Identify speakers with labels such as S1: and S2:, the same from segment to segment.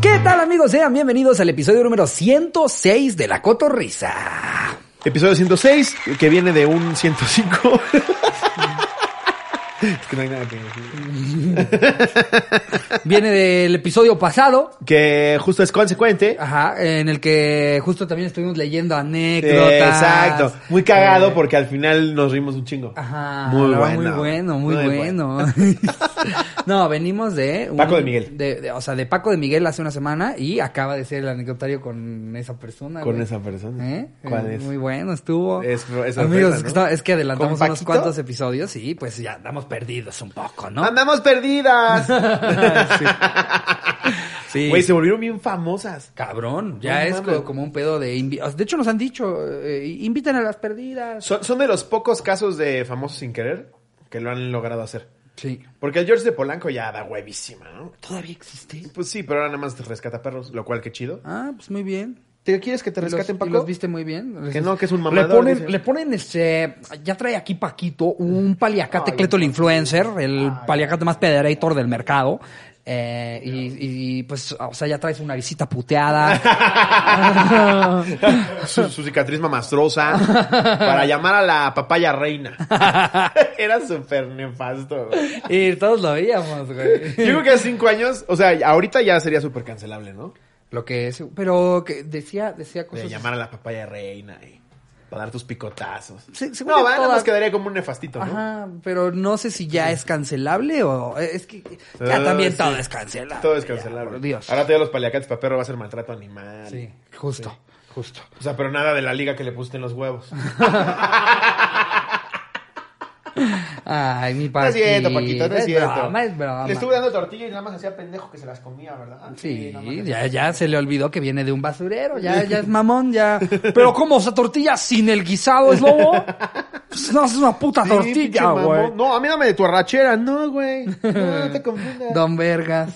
S1: ¿Qué tal amigos? Sean bienvenidos al episodio número 106 de La Cotorrisa.
S2: Episodio 106, que viene de un 105. es que no hay nada que decir.
S1: Viene del episodio pasado,
S2: Que justo es consecuente.
S1: ajá, en el que justo también estuvimos leyendo anécdotas.
S2: Eh, exacto. Muy cagado
S1: Eh,
S2: porque al final nos rimos un chingo.
S1: Ajá, muy, bueno, muy bueno, muy, bueno. no, venimos de... un-
S2: Paco de Miguel.
S1: de- de- o sea, de Paco de Miguel hace una semana y acaba de ser el anecdotario con esa persona.
S2: Con
S1: güey.
S2: esa persona.
S1: ¿Eh?
S2: ¿Cuál
S1: Eh,
S2: es?
S1: Muy bueno, estuvo.
S2: Es- es sorpresa,
S1: Amigos, es, que
S2: ¿no?
S1: está- es que adelantamos
S2: ¿Con
S1: unos
S2: Paquito?
S1: cuantos episodios y pues ya andamos perdidos un poco, ¿no?
S2: ¡Andamos perdidas!
S1: sí.
S2: Güey, se volvieron bien famosas.
S1: Cabrón,
S2: No
S1: ya es
S2: mames.
S1: co- como un pedo de... invi- o sea, De hecho, nos han dicho, eh, invitan a las perdidas.
S2: Son, son de los pocos casos de famosos sin querer que lo han logrado hacer.
S1: Sí.
S2: Porque el George de Polanco ya da huevísima, ¿no?
S1: ¿Todavía existe?
S2: Pues sí, pero ahora nada más te rescata perros, lo cual qué chido.
S1: Ah, pues muy bien.
S2: ¿Te quieres que te
S1: Y los-
S2: rescaten,
S1: y
S2: Paco?
S1: Los viste muy bien.
S2: Que no, que es un
S1: Le
S2: mamador,
S1: ponen,
S2: dice.
S1: le ponen este. Ya trae aquí Paquito un
S2: Ah,
S1: paliacate Cleto el influencer, el paliacate más pederator del mercado. Eh, y, y, pues, o sea, ya traes una visita puteada.
S2: su, su cicatriz mamastrosa para llamar a la papaya reina. Era súper nefasto. güey.
S1: y todos lo veíamos,
S2: Yo
S1: güey.
S2: creo que hace cinco años, o sea, ahorita ya sería súper cancelable, ¿no?
S1: Lo que es. Pero que decía, decía
S2: De
S1: cosas.
S2: llamar a la papaya reina y para dar tus picotazos.
S1: Se- según
S2: no,
S1: yo
S2: va, nada
S1: todas-
S2: más quedaría como un nefastito, ¿no?
S1: Ajá, pero no sé si ya es cancelable o. Es que ya
S2: Ah,
S1: también
S2: sí.
S1: todo es cancelable.
S2: Todo es
S1: ya,
S2: cancelable.
S1: por Dios.
S2: Ahora te doy los paliacates para perro, va a ser maltrato animal.
S1: Sí, justo, justo.
S2: O sea, pero nada de la liga que le pusiste en los huevos.
S1: Ay, mi
S2: No
S1: Paquito.
S2: es cierto, Paquito, no es cierto.
S1: broma, es broma.
S2: Le estuve dando tortilla y nada más hacía pendejo que se las comía, ¿verdad? Ah,
S1: Sí,
S2: nada más que-
S1: ya, ya se le olvidó que viene de un basurero, ya, ya es mamón, ya. Pero ¿cómo? ¿Esa tortilla sin el guisado es lobo? Pues no, es una puta
S2: Sí, pinche
S1: tortilla,
S2: mamón.
S1: güey.
S2: No, a mí dame de tu arrachera, no, güey. No, no te confundas.
S1: Don Vergas.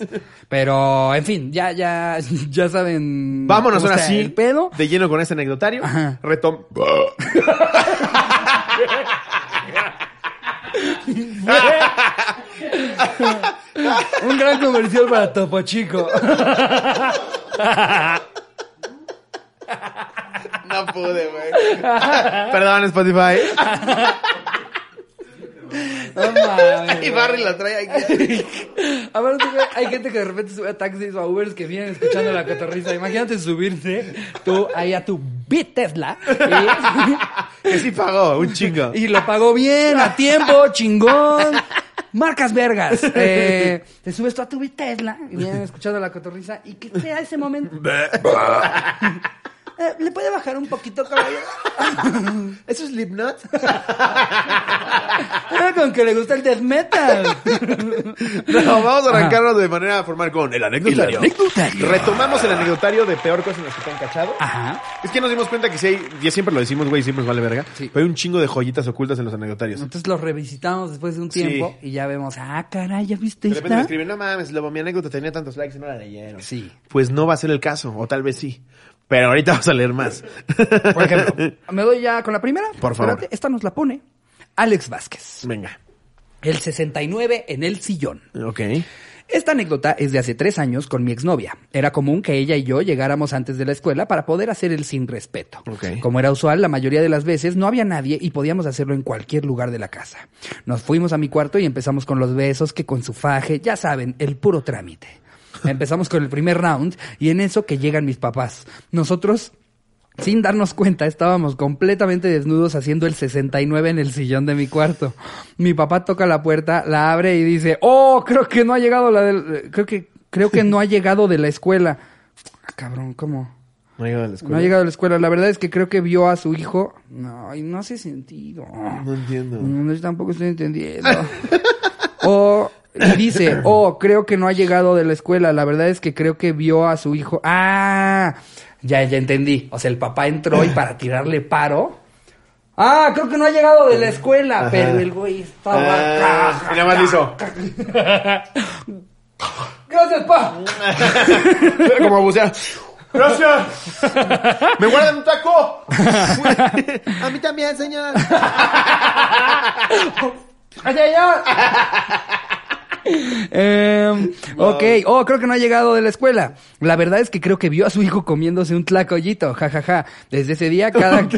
S1: Pero, en fin, ya, ya, ya saben.
S2: Vámonos
S1: cómo
S2: ahora
S1: está
S2: sí,
S1: El pedo.
S2: de lleno con este anecdotario.
S1: Ajá.
S2: Retom...
S1: Un gran comercial para Topo Chico.
S2: No pude, güey. Perdón, Spotify.
S1: No mames.
S2: Y Barry la trae aquí.
S1: Aparte, güey, hay gente que de repente sube a taxis o a Ubers que vienen escuchando la cotorriza. Imagínate subirte tú ahí a tu Bit Tesla
S2: Que sí pagó, un chingo.
S1: y, y lo pagó bien, a tiempo, chingón. Marcas vergas. Eh, te subes tú a tu Bit Tesla y vienen escuchando la cotorriza y que sea ese momento. Eh, ¿Le puede bajar un poquito, caballero?
S2: ¿Eso es Slipknot?
S1: Ah, con que le gusta el death metal.
S2: No, vamos a arrancarnos de manera formal con el anecdotario.
S1: El anecdotario.
S2: Retomamos el anecdotario de peor cosa en las que te han cachado.
S1: Ajá.
S2: Es que nos dimos cuenta que sí hay, ya siempre lo decimos, güey, siempre nos vale verga.
S1: Sí.
S2: Pero hay un chingo de joyitas ocultas en los anecdotarios.
S1: Entonces los revisitamos después de un
S2: Sí.
S1: tiempo y ya vemos, ah, caray, ¿ya viste
S2: De repente
S1: esta?
S2: me escriben, no mames, Lobo, mi anécdota tenía tantos likes y no la leyeron.
S1: Sí.
S2: Pues no va a ser el caso, o tal vez sí. Pero ahorita vamos a leer más.
S1: Por ejemplo, me doy ya con la primera.
S2: Por favor.
S1: Espérate, esta nos la pone Alex Vázquez.
S2: Venga.
S1: El 69 en el sillón.
S2: Ok.
S1: Esta anécdota es de hace tres años con mi exnovia. Era común que ella y yo llegáramos antes de la escuela para poder hacer el sin respeto.
S2: Ok.
S1: Como era usual, la mayoría de las veces no había nadie y podíamos hacerlo en cualquier lugar de la casa. Nos fuimos a mi cuarto y empezamos con los besos, que con su faje, ya saben, el puro trámite. Empezamos con el primer round y en eso que llegan mis papás. Nosotros... Sin darnos cuenta, estábamos completamente desnudos haciendo el 69 en el sillón de mi cuarto. Mi papá toca la puerta, la abre y dice, "Oh, creo que no ha llegado la del creo que creo que no ha llegado de la escuela." Ah, cabrón, ¿cómo?
S2: No llegó a la escuela.
S1: No ha llegado de la escuela. La verdad es que creo que vio a su hijo. No, y no hace sentido.
S2: No entiendo.
S1: No, yo tampoco estoy entendiendo. o y dice, oh, creo que no ha llegado de la escuela. La verdad es que creo que vio a su hijo. Ah, ya, ya entendí. O sea, el papá entró y para tirarle paro. Ah, creo que no ha llegado de la escuela.
S2: Ajá.
S1: Pero el güey estaba
S2: Ah, y nada más le hizo.
S1: Gracias, pa.
S2: Era como bucear. ¡Gracias! ¡Me guardan un taco! a mí también, señor.
S1: Allá, allá. Em, ok, oh, creo que no ha llegado de la escuela. La verdad es que creo que vio a su hijo comiéndose un tlacoyito, jajaja. Desde ese día, cada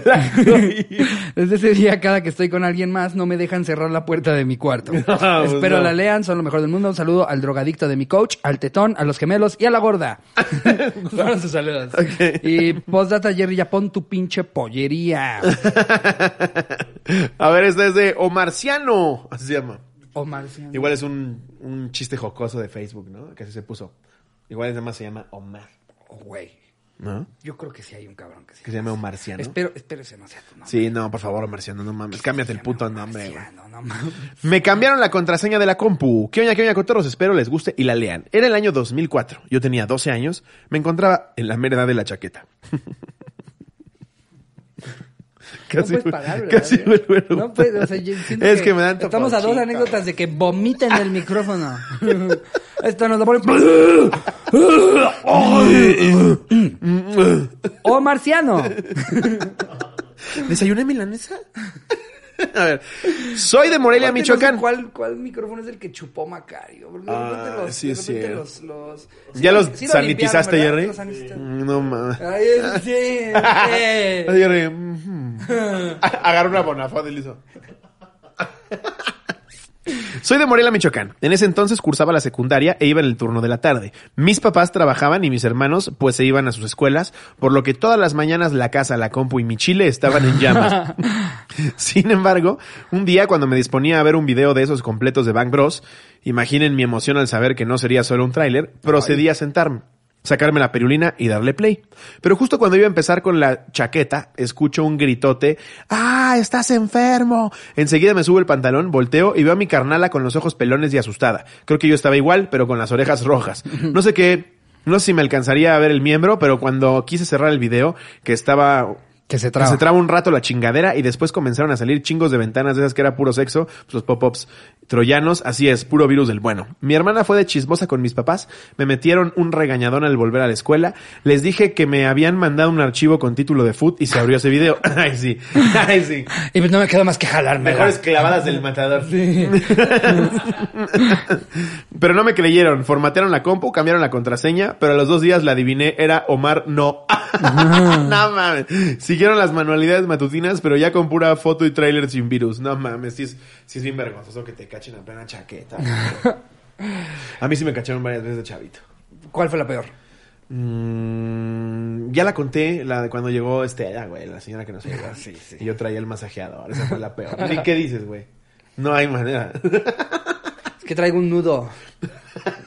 S1: desde ese día, cada que estoy con alguien más, no me dejan cerrar la puerta de mi cuarto.
S2: No, pues
S1: Espero
S2: no.
S1: la lean, son lo mejor del mundo. Un saludo al drogadicto de mi coach, al tetón, a los gemelos y a la gorda. Fueron sus saludos. Y postdata Jerry Japón, tu pinche pollería.
S2: A ver, este es de Omarciano. Así se llama.
S1: O Marciano.
S2: Igual es un, un chiste jocoso de Facebook, ¿no? Que así se puso. Igual además se llama Omar,
S1: Oh, güey.
S2: ¿no?
S1: Yo creo que sí hay un cabrón que sí.
S2: Que se llama Omarciano.
S1: Espero, espero ese no sea tu nombre.
S2: Sí, no, por favor, Omarciano, no mames. Cámbiate el puto nombre, güey.
S1: Marciano, no mames.
S2: Me cambiaron la contraseña de la compu. ¿Qué oña, qué oña, cotorros? Espero les guste y la lean. Era el año 2004. Yo tenía 12 años. Me encontraba en la mera edad de la chaqueta.
S1: no puedes parar, ¿verdad?
S2: casi vuelvo-
S1: No puedes, o sea, yo siento
S2: Es que me dan
S1: Estamos a dos
S2: topochita.
S1: anécdotas de que vomiten el micrófono. Esto nos lo ponen... ¡Oh, marciano!
S2: ¿Desayuné milanesa? a ver. Soy de Morelia,
S1: Aparte, no sé
S2: Michoacán.
S1: ¿Cuál, ¿Cuál micrófono es el que chupó Macario? Porque de repente
S2: Ah,
S1: los-
S2: sí,
S1: de
S2: es
S1: repente
S2: cierto.
S1: los- los- sí
S2: ¿Ya
S1: lo-
S2: los
S1: sí lo
S2: sanitizaste,
S1: limpiaron,
S2: Jerry? Mm,
S1: ¿verdad? Los sanitizaste.
S2: No mames.
S1: Ay, eh. es- sí, sí.
S2: Ay, Jerry. mm. Agarró una bonafón y le hizo. Soy de Morelia, Michoacán. En ese entonces cursaba la secundaria e iba en el turno de la tarde. Mis papás trabajaban y mis hermanos pues se iban a sus escuelas, por lo que todas las mañanas la casa, la compu y mi chile estaban en llamas. Sin embargo, un día cuando me disponía a ver un video de esos completos de Bang Bros, imaginen mi emoción al saber que no sería solo un tráiler, procedí a sentarme, sacarme la pirulina y darle play. Pero justo cuando iba a empezar con la chaqueta, escucho un gritote, ¡Ah, estás enfermo! Enseguida me subo el pantalón, volteo y veo a mi carnala con los ojos pelones y asustada. Creo que yo estaba igual, pero con las orejas rojas. No sé qué... No sé si me alcanzaría a ver el miembro, pero cuando quise cerrar el video, que estaba
S1: Que se
S2: se traba un rato la chingadera y después comenzaron a salir chingos de ventanas de esas que era puro sexo, pues los pop-ups troyanos, así es, puro virus del bueno. Mi hermana fue de chismosa con mis papás, me metieron un regañadón al volver a la escuela, les dije que me habían mandado un archivo con título de foot y se abrió ese video. Ay, sí, ay, sí.
S1: Y pues no me queda más que jalarme.
S2: clavadas del matador. pero no me creyeron, formatearon la compu, cambiaron la contraseña, pero a los dos días la adiviné, era Omar no. no mames. Siguieron las manualidades matutinas, pero ya con pura foto y tráiler sin virus. No mames, sí es, sí es bien vergonzoso que te cachen en plena chaqueta. a mí sí me cacharon varias veces de chavito.
S1: ¿Cuál fue la peor?
S2: Mm, ya la conté, la de cuando llegó este, ah, güey, la señora que nos ayudó. Y yo traía el masajeador, esa fue la peor. ¿Y qué dices, güey? No hay manera.
S1: Es que traigo un nudo.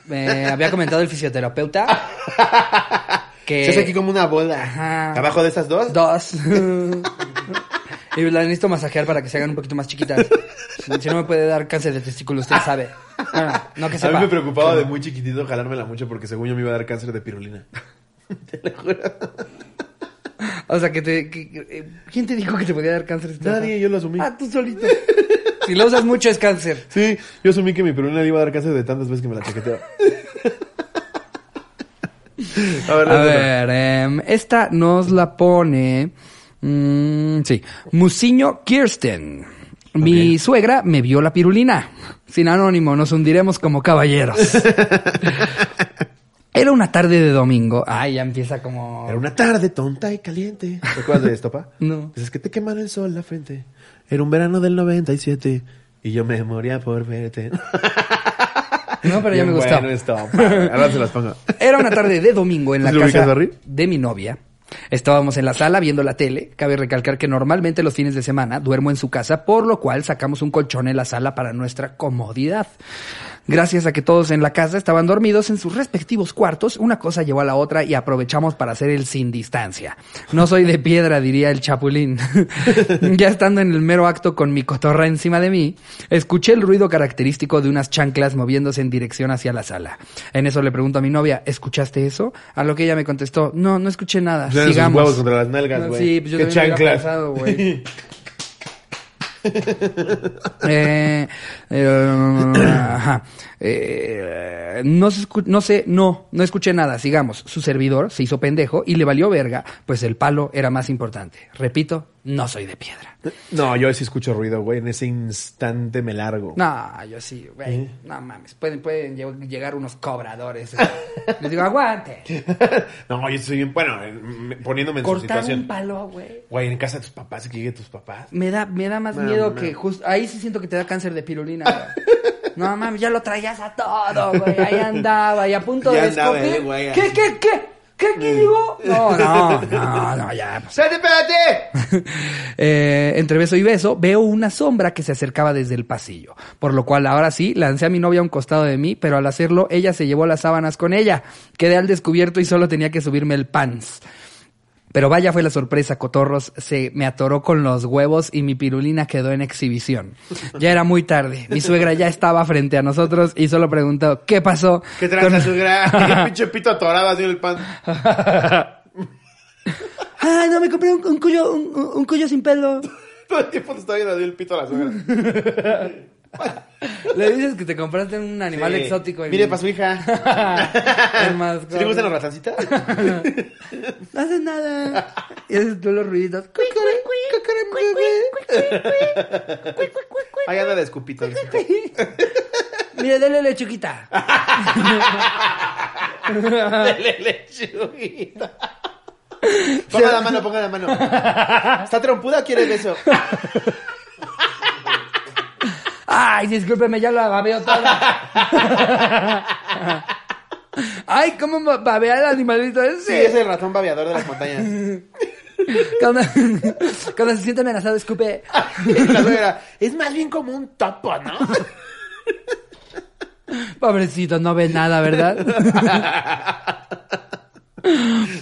S1: Me había comentado el fisioterapeuta que...
S2: Se hace aquí como una bola.
S1: Eh. Ajá.
S2: ¿Abajo de esas dos?
S1: Dos. y la necesito masajear para que se hagan un poquito más chiquitas. Si- Si no me puede dar cáncer de testículo, usted sabe. Ah, No que
S2: a
S1: sepa.
S2: mí me preocupaba de muy chiquitito jalármela mucho porque según yo me iba a dar cáncer de pirulina.
S1: O sea, que te... que- que- eh, ¿Quién te dijo que te podía dar cáncer? de testículo?
S2: Nadie, yo lo asumí.
S1: Ah, tú solito. Si lo usas mucho es cáncer.
S2: Sí, yo asumí que mi pirulina le iba a dar cáncer de tantas veces que me la chaqueteaba. a ver,
S1: A
S2: la otra.
S1: ver, em, esta nos la pone. mm, sí. Musiño Kirsten. Mi suegra me vio la pirulina. Sin anónimo, nos hundiremos como caballeros. Era una tarde de domingo. Ay, ya empieza como.
S2: Era una tarde tonta y caliente. ¿Te acuerdas de esto, pa?
S1: No.
S2: Pues es que te quemaron el sol la frente. Era un verano del 97 y yo me moría por verte.
S1: No, pero ya
S2: Bien
S1: me
S2: bueno
S1: gustaba.
S2: esto, pa. Ahora se las pongo.
S1: Era una tarde de domingo en la
S2: ¿Sí lo ubicas,
S1: casa
S2: Barry?
S1: de mi novia. Estábamos en la sala viendo la tele. Cabe recalcar que normalmente los fines de semana duermo en su casa, por lo cual sacamos un colchón en la sala para nuestra comodidad. Gracias a que todos en la casa estaban dormidos en sus respectivos cuartos, una cosa llevó a la otra y aprovechamos para hacer el sin distancia. No soy de piedra, diría el chapulín. ya estando en el mero acto con mi cotorra encima de mí, escuché el ruido característico de unas chanclas moviéndose en dirección hacia la sala. En eso le pregunto a mi novia, ¿escuchaste eso? A lo que ella me contestó, no, no escuché nada.
S2: Sigamos.
S1: Sigamos.
S2: huevos contra las nalgas,
S1: No,
S2: güey.
S1: sí, pues yo
S2: Qué
S1: también me había
S2: chanclas.
S1: pensado, güey. Eh, eh, ajá. Eh, no, se escu- no sé, no, no escuché nada. Sigamos. Su servidor se hizo pendejo y le valió verga, pues el palo era más importante. Repito, no soy de piedra.
S2: No, yo sí escucho ruido, güey. En ese instante me largo.
S1: No, yo sí, güey. No mames. Pueden, pueden lle- llegar unos cobradores. güey. Les digo, aguante.
S2: No, yo estoy bien, bueno, eh, me- poniéndome en su
S1: Cortar un
S2: situación.
S1: palo, güey.
S2: Güey, en casa de tus papás, que llegue tus papás.
S1: Me da, me da más
S2: No,
S1: miedo
S2: no.
S1: que justo. Ahí sí siento que te da cáncer de pirulina, güey. No mames, ya lo traías a todo, güey. Ahí andaba, y a punto
S2: Ya
S1: de
S2: andaba,
S1: escupir.
S2: eh, güey,
S1: ¿Qué,
S2: así.
S1: qué, qué? ¿Qué, qué digo? No, no, no, no, ya. pues.
S2: ¡Salte, espérate!
S1: Eh, entre beso y beso, veo una sombra que se acercaba desde el pasillo. Por lo cual, ahora sí, lancé a mi novia a un costado de mí, pero al hacerlo, ella se llevó las sábanas con ella. Quedé al descubierto y solo tenía que subirme el pants. Pero vaya fue la sorpresa, Cotorros se me atoró con los huevos y mi pirulina quedó en exhibición. Ya era muy tarde, mi suegra ya estaba frente a nosotros y solo preguntó, ¿qué pasó?
S2: ¿Qué
S1: Con-
S2: tranza, suegra? El pinche pito atorado así en el pan.
S1: Ah, no, me compré un, un cuyo, un, un- un cuyo sin pelo.
S2: Todo el tiempo te está viendo así el pito a la suegra.
S1: Le dices que te compraste un animal
S2: Sí.
S1: exótico. y-
S2: Mire, para su hija.
S1: El más
S2: ¿Sí le gustan
S1: gordo.
S2: los ratancitas?
S1: No haces nada. Y haces tú los ruiditos. Cuic, cuic, cuic, cuic, cuic, cuic, cuic,
S2: Ahí anda de escupito. el pito.
S1: cuic. Mira, dale lechuquita.
S2: Dele lechuguita. Ponga la mano, ponga la mano. ¿Está trompuda o quiere beso?
S1: Ay, discúlpeme, ya la babeo toda. Ay, cómo ba- babea el animalito
S2: Sí,
S1: ese.
S2: es el ratón babeador de las montañas.
S1: Cuando, cuando se siente amenazado, escupe.
S2: La suegra, es más bien como un topo, ¿no?
S1: Pobrecito, no ve nada, ¿verdad?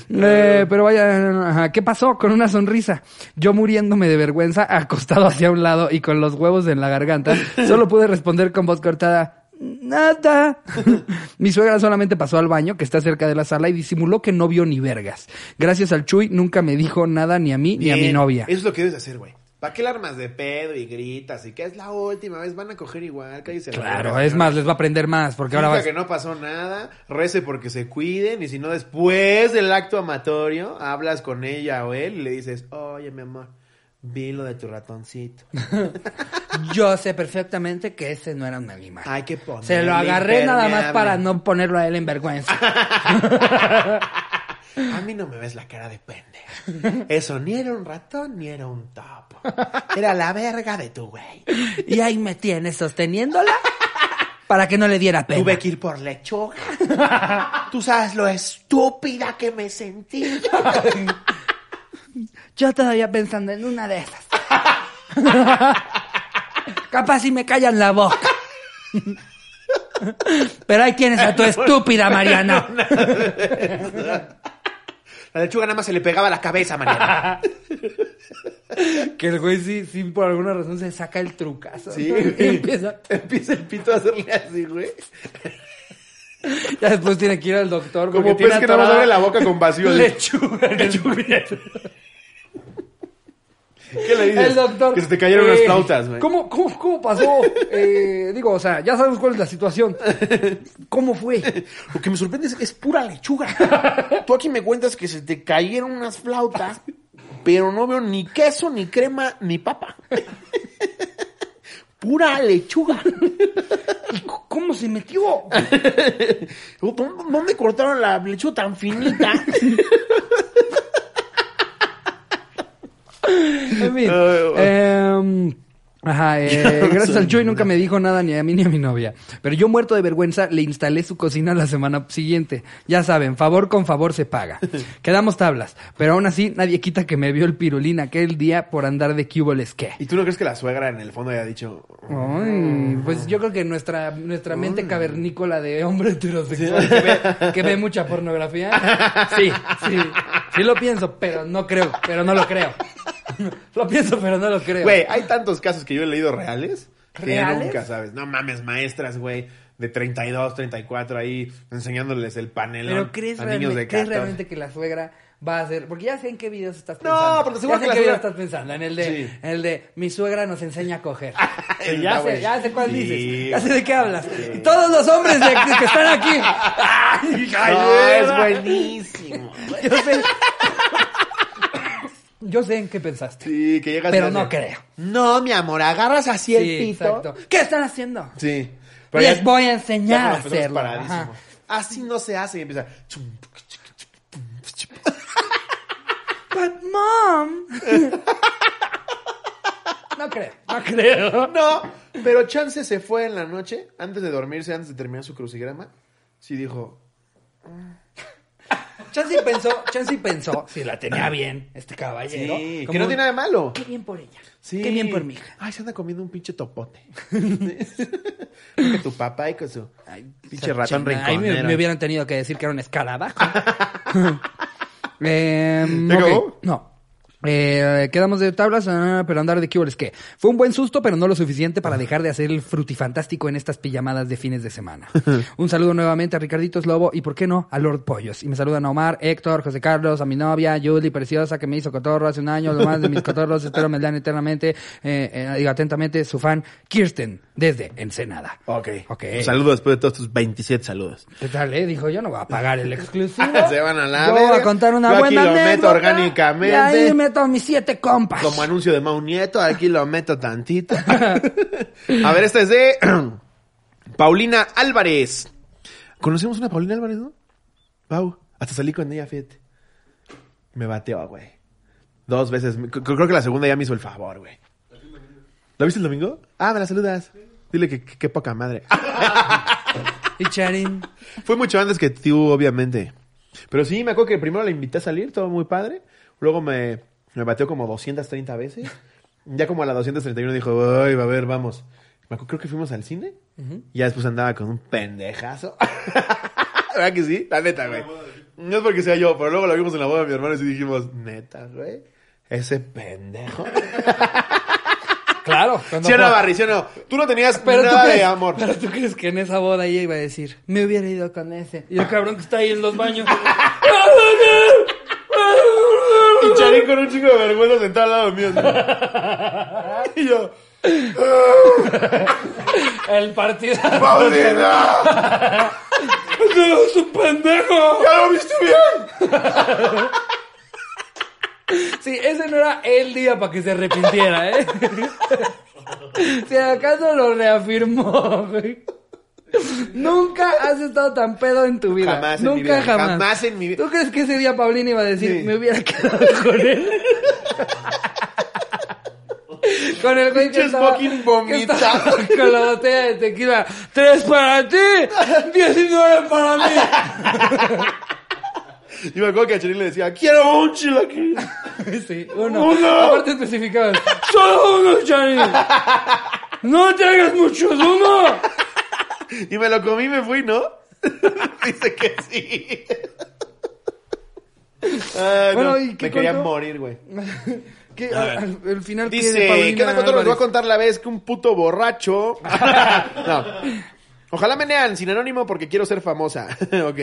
S1: Eh, pero vaya, ajá, ¿qué pasó? Con una sonrisa. Yo muriéndome de vergüenza, acostado hacia un lado y con los huevos en la garganta, solo pude responder con voz cortada. Nada. Mi suegra solamente pasó al baño, que está cerca de la sala, y disimuló que no vio ni vergas. Gracias al Chuy, nunca me dijo nada ni a mí ni a mi
S2: Bien,
S1: novia.
S2: Eso es lo que debes de hacer, güey. ¿Para qué la armas de pedo y gritas? Y que es la última vez, van a coger igual, cállese la
S1: Claro,
S2: verga,
S1: es
S2: señora.
S1: más, les va a aprender más, porque ahora
S2: Finja
S1: vas.
S2: que no pasó nada, rece porque se cuiden y si no después del acto amatorio hablas con ella o él y le dices, oye mi amor, vi lo de tu ratoncito.
S1: Yo sé perfectamente que ese no era un animal.
S2: Hay que ponerle
S1: Se lo agarré nada más
S2: impermeable.
S1: para no ponerlo a él en vergüenza.
S2: A mí no me ves la cara de pendejo. Eso ni era un ratón ni era un topo. Era la verga de tu güey.
S1: Y ahí me tienes sosteniéndola para que no le diera pena.
S2: Tuve que ir por lechuga. Tú sabes lo estúpida que me sentí.
S1: Yo todavía pensando en una de esas. Capaz si me callan la boca. Pero ahí tienes a tu estúpida Mariana.
S2: La lechuga nada más se le pegaba a la cabeza, Mariana.
S1: Que el güey sí, sí, por alguna razón se saca el trucazo.
S2: Sí,
S1: Y empieza.
S2: Empieza el pito a hacerle así, güey.
S1: Ya después tiene que ir al doctor.
S2: Como
S1: porque
S2: pez
S1: tiene
S2: que nada más
S1: atorada
S2: abre la boca con vacío, así.
S1: Lechuga. en el cubierto.
S2: ¿Qué le dices?
S1: El doctor.
S2: Que se te cayeron las
S1: Eh,
S2: flautas, güey.
S1: ¿cómo, cómo, cómo pasó? Eh, digo, o sea, ya sabemos cuál es la situación. ¿Cómo fue?
S2: Lo que me sorprende es que es pura lechuga. Tú aquí me cuentas que se te cayeron unas flautas, pero no veo ni queso, ni crema, ni papa. Pura lechuga.
S1: ¿Cómo se metió?
S2: ¿Dó- ¿Dónde cortaron la lechuga tan finita?
S1: En fin.
S2: Ay, bueno.
S1: em, Ajá, eh, gracias al Chuy nunca me dijo nada ni a mí ni a mi novia. Pero yo muerto de vergüenza le instalé su cocina la semana siguiente. Ya saben, favor con favor se paga. Quedamos tablas, pero aún así nadie quita que me vio el pirulín aquel día por andar de cuboles que.
S2: ¿Y tú no crees que la suegra en el fondo haya dicho...
S1: Ay,
S2: Mm.
S1: pues yo creo que nuestra, nuestra mente cavernícola de hombre heterosexual que ve, que ve mucha pornografía. Sí, sí, sí lo pienso, pero no creo, pero no lo creo. Lo pienso, pero no lo creo.
S2: Güey, hay tantos casos que yo he leído reales. Que
S1: ¿Reales?
S2: nunca sabes. No mames, maestras, güey. de 32, 34 ahí enseñándoles el panel
S1: Pero ¿crees,
S2: a niños de
S1: realmente, crees
S2: 14.
S1: realmente que la suegra va a hacer? Porque ya sé en qué videos estás
S2: No,
S1: pensando.
S2: porque seguro
S1: ya sé
S2: que la
S1: en qué video
S2: suegra-
S1: estás pensando. En el de,
S2: Sí.
S1: en el de mi suegra nos enseña a coger.
S2: El
S1: ya,
S2: güey.
S1: sé, ya sé cuál
S2: Sí,
S1: dices. Ya sé de qué hablas. Todos los hombres de- que están aquí. ¡Ay,
S2: Ay,
S1: mierda!
S2: es buenísimo.
S1: Yo sé. Yo sé en qué pensaste.
S2: Sí, que llegas
S1: Pero
S2: y
S1: no
S2: haces,
S1: creo.
S2: No, mi amor, agarras así el
S1: Sí,
S2: pito.
S1: exacto. ¿Qué están haciendo?
S2: Sí.
S1: Les
S2: ya-
S1: voy a
S2: ya pues,
S1: enseñar
S2: con
S1: a
S2: los pezones
S1: hacerlo.
S2: paradísimos.
S1: Ajá.
S2: Así no se hace y empieza.
S1: But mom. no creo, no creo.
S2: No, pero Chance se fue en la noche, antes de dormirse, antes de terminar su crucigrama. Sí dijo,
S1: Chansey pensó, Chansey pensó, si la tenía bien, este caballero.
S2: sí, que
S1: como
S2: no
S1: un-
S2: tiene nada de malo.
S1: Qué bien por ella.
S2: Sí.
S1: Qué bien por mi hija.
S2: Ay, se anda comiendo un pinche topote. que tu papá y con su pinche
S1: esa
S2: ratón
S1: chingada. Ahí me,
S2: rinconero.
S1: me hubieran tenido que decir que era un escarabajo. Em,
S2: ¿Ya
S1: ok,
S2: acabó?
S1: No. Eh, quedamos de tablas, ah, pero andar de cuboles que fue un buen susto, pero no lo suficiente para dejar de hacer el frutifantástico en estas pijamadas de fines de semana. un saludo nuevamente a Ricarditos Lobo y, ¿por qué no?, a Lord Pollos. Y me saludan a Omar, Héctor, José Carlos, a mi novia, Julie Preciosa, que me hizo cotorro hace un año, lo más de mis cotorros, espero me lean eternamente, eh, eh, digo, atentamente, su fan Kirsten, desde Ensenada.
S2: Ok.
S1: Ok.
S2: Un saludo después de todos tus 27 saludos.
S1: ¿Qué tal, eh? Dijo, yo no voy a pagar el exclusivo.
S2: Se van a la
S1: Yo voy a
S2: verga.
S1: contar una
S2: Yo aquí
S1: buena
S2: lo meto
S1: anécdota,
S2: orgánicamente.
S1: Y ahí meto a mis siete compas.
S2: Como anuncio de Mau Nieto, aquí lo meto tantito. A ver, esta es de Paulina Álvarez. ¿Conocemos una Paulina Álvarez, no? Pau, hasta salí con ella, fíjate. Me bateó, güey. Dos veces. C- Creo que la segunda ya me hizo el favor, güey. ¿La viste el domingo? Ah, me la saludas. Dile que que- qué poca madre.
S1: Y Charin.
S2: Fue mucho antes que tú, obviamente. Pero sí, me acuerdo que primero la invité a salir, todo muy padre. Luego me, me bateó como 230 veces. Ya como a la 231 dijo, ay, va a ver, vamos. Me acuerdo, creo que fuimos al cine. Y ya después andaba con un pendejazo. ¿Verdad que sí? La neta, güey. No es porque sea yo, pero luego la vimos en la boda de mi hermano y sí dijimos, neta, güey. Ese pendejo.
S1: Claro. cuando
S2: Sí o no,
S1: fue-
S2: Barry, sí o no. Tú no tenías
S1: Pero tú,
S2: nada
S1: crees,
S2: de amor.
S1: pero tú crees que en esa boda ella iba a decir, me hubiera ido con ese. Y el cabrón que está ahí en los baños.
S2: Y Charín con un chico de vergüenza sentado al lado mío. así. Y yo,
S1: el partido.
S2: ¡Paulina!
S1: ¡Es un pendejo!
S2: ¡Ya lo viste bien!
S1: Sí, ese no era el día para que se arrepintiera, ¿eh? si acaso lo reafirmó, güey. Nunca has estado tan pedo en tu vida.
S2: Jamás en
S1: Nunca
S2: mi vida.
S1: jamás.
S2: Jamás en mi vida.
S1: ¿Tú crees que ese día Paulina iba a decir,
S2: Sí.
S1: me hubiera quedado con él? Con el güey que
S2: Pinche
S1: estaba,
S2: smoking
S1: que estaba
S2: vomitado.
S1: con la botella de tequila. Tres para ti, diecinueve para mí.
S2: Y me acuerdo que a Charín le decía, ¡Quiero un chilaquil!
S1: Sí, uno.
S2: ¡Uno!
S1: Aparte especificaban. ¡Solo uno, Chani! ¡No te hagas mucho humo!
S2: Y me lo comí y me fui, ¿no? Dice que sí. Ay,
S1: Bueno,
S2: no,
S1: ¿y qué
S2: me quería
S1: contó?
S2: morir, güey.
S1: ¿Qué, al, al- el final que de
S2: Dice,
S1: Paulina
S2: ¿qué tal con todo? Les voy a
S1: Álvarez?
S2: contar la vez que un puto borracho... no. Ojalá me nean sin anónimo porque quiero ser famosa. ok.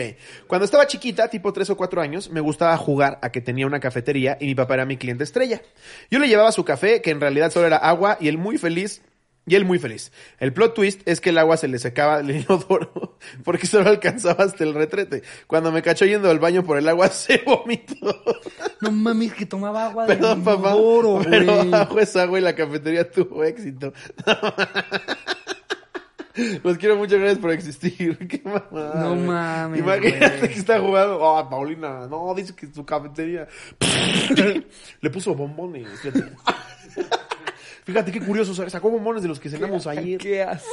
S2: Cuando estaba chiquita, tipo 3 o 4 años, me gustaba jugar a que tenía una cafetería y mi papá era mi cliente estrella. Yo le llevaba su café, que en realidad solo era agua, y él muy feliz... Y él muy feliz. El plot twist es que el agua se le secaba del inodoro porque solo alcanzaba hasta el retrete. Cuando me cachó yendo al baño por el agua, se vomitó.
S1: No mames, que tomaba agua de
S2: Perdón, papá.
S1: oro,
S2: pero
S1: güey.
S2: bajo esa agua y la cafetería tuvo éxito. Los quiero mucho, gracias por existir. Qué mamada,
S1: No
S2: güey.
S1: mames,
S2: Imagínate
S1: güey.
S2: que está jugando. Oh, Paulina, no, dice que su cafetería. Le puso bombones. Fíjate. Fíjate qué curioso, sa- sacó bombones de los que cenamos ayer.
S1: Qué asco.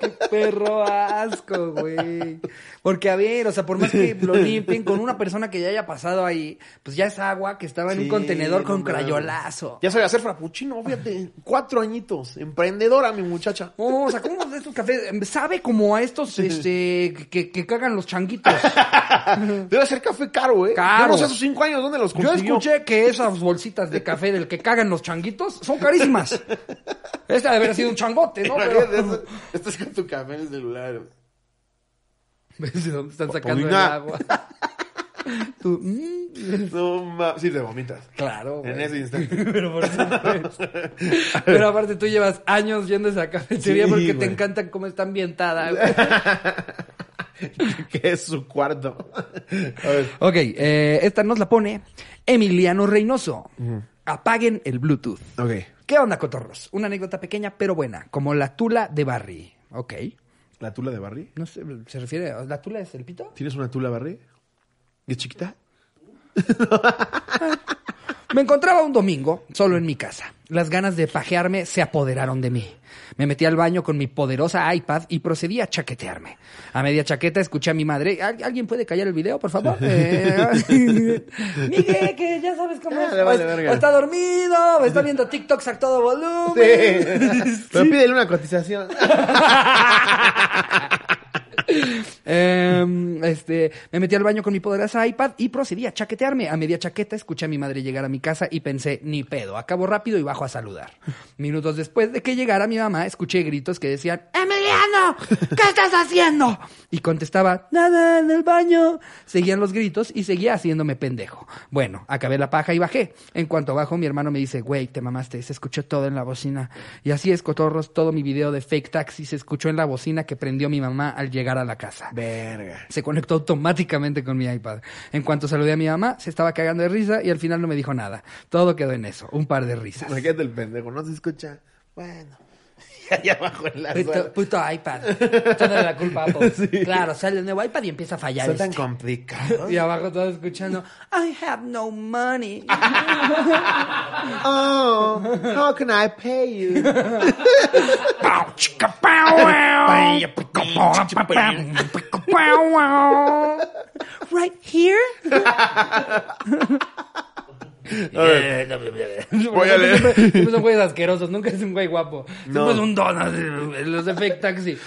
S1: Qué perro asco, güey. Porque, a ver, o sea, por más que lo limpien con una persona que ya haya pasado ahí, pues ya es agua que estaba en un
S2: Sí,
S1: contenedor
S2: no
S1: con
S2: mames.
S1: crayolazo.
S2: Ya sabía hacer frappuccino, fíjate. Cuatro añitos. Emprendedora, mi muchacha.
S1: Oh, o sea, ¿cómo de estos cafés? Em, Sabe como a estos, este, que, que cagan los changuitos.
S2: Debe ser café caro, ¿eh?
S1: Caro.
S2: Yo no sé esos cinco años dónde los
S1: Yo
S2: consiguió.
S1: escuché que esas bolsitas de café del que cagan los changuitos son carísimas. Esta debería haber sido un changote, ¿no?
S2: Imagínate,
S1: Pero-
S2: esto- esto es con tu
S3: café en el celular.
S1: ¿Ves de dónde están sacando el
S2: Paulina.
S1: agua? Tú, mm,
S3: No mames. Sí, te vomitas.
S1: claro, güey.
S3: En ese instante.
S1: Pero por supuesto. Pero aparte tú llevas años yendo a esa cafetería
S2: Sí,
S1: porque te
S2: güey.
S1: encanta cómo está ambientada. güey.
S2: que es su cuarto. A ver.
S1: ok, eh, esta nos la pone Emiliano Reynoso. Apaguen el Bluetooth.
S2: Ok.
S1: ¿Qué onda, cotorros? Una anécdota pequeña pero buena, como la tula de Barry. Ok.
S2: ¿La tula de Barry?
S1: No sé, ¿se refiere a la tula es el pito?
S2: ¿Tienes una tula Barry? ¿Es chiquita?
S1: Me encontraba un domingo solo en mi casa. Las ganas de pajearme se apoderaron de mí. Me metí al baño con mi poderosa iPad y procedí a chaquetearme. A media chaqueta escuché a mi madre. "¿Al- ¿Alguien puede callar el video, por favor? Eh, Miguel, que ya sabes cómo es.
S2: Ah, le vale
S1: O es-
S2: verga.
S1: o está dormido, o está viendo TikToks a todo volumen.
S2: Pero pídele una cotización.
S1: Em, este, me metí al baño con mi poderosa iPad y procedí a chaquetearme. A media chaqueta escuché a mi madre llegar a mi casa y pensé, ni pedo, acabo rápido y bajo a saludar. Minutos después de que llegara mi mamá, escuché gritos que decían, Emiliano, ¿qué estás haciendo? Y contestaba, nada, en el baño. Seguían los gritos y seguía haciéndome pendejo. Bueno, acabé la paja y bajé. En cuanto bajo, mi hermano me dice, güey, te mamaste, se escuchó todo en la bocina. Y así es, cotorros, todo mi video de fake taxi se escuchó en la bocina que prendió mi mamá al llegar a la casa.
S2: Verga.
S1: Se conectó automáticamente con mi iPad. En cuanto saludé a mi mamá, se estaba cagando de risa y al final no me dijo nada. Todo quedó en eso, un par de risas.
S2: Imagínate el pendejo, no se escucha. Bueno. Allá abajo en la
S1: Puto,
S2: suela.
S1: puto iPad. Echándole la culpa a Apple.
S2: Sí.
S1: Claro, sale el nuevo iPad y empieza a fallar.
S2: Son tan
S1: este.
S2: complicados.
S1: Y abajo todo escuchando, I have no money.
S2: Oh, how can I pay you?
S1: right here.
S2: Voy a leer.
S1: Siempre, siempre son güeyes asquerosos, nunca es un güey guapo.
S2: No.
S1: Siempre es un don, así, los de fake taxi.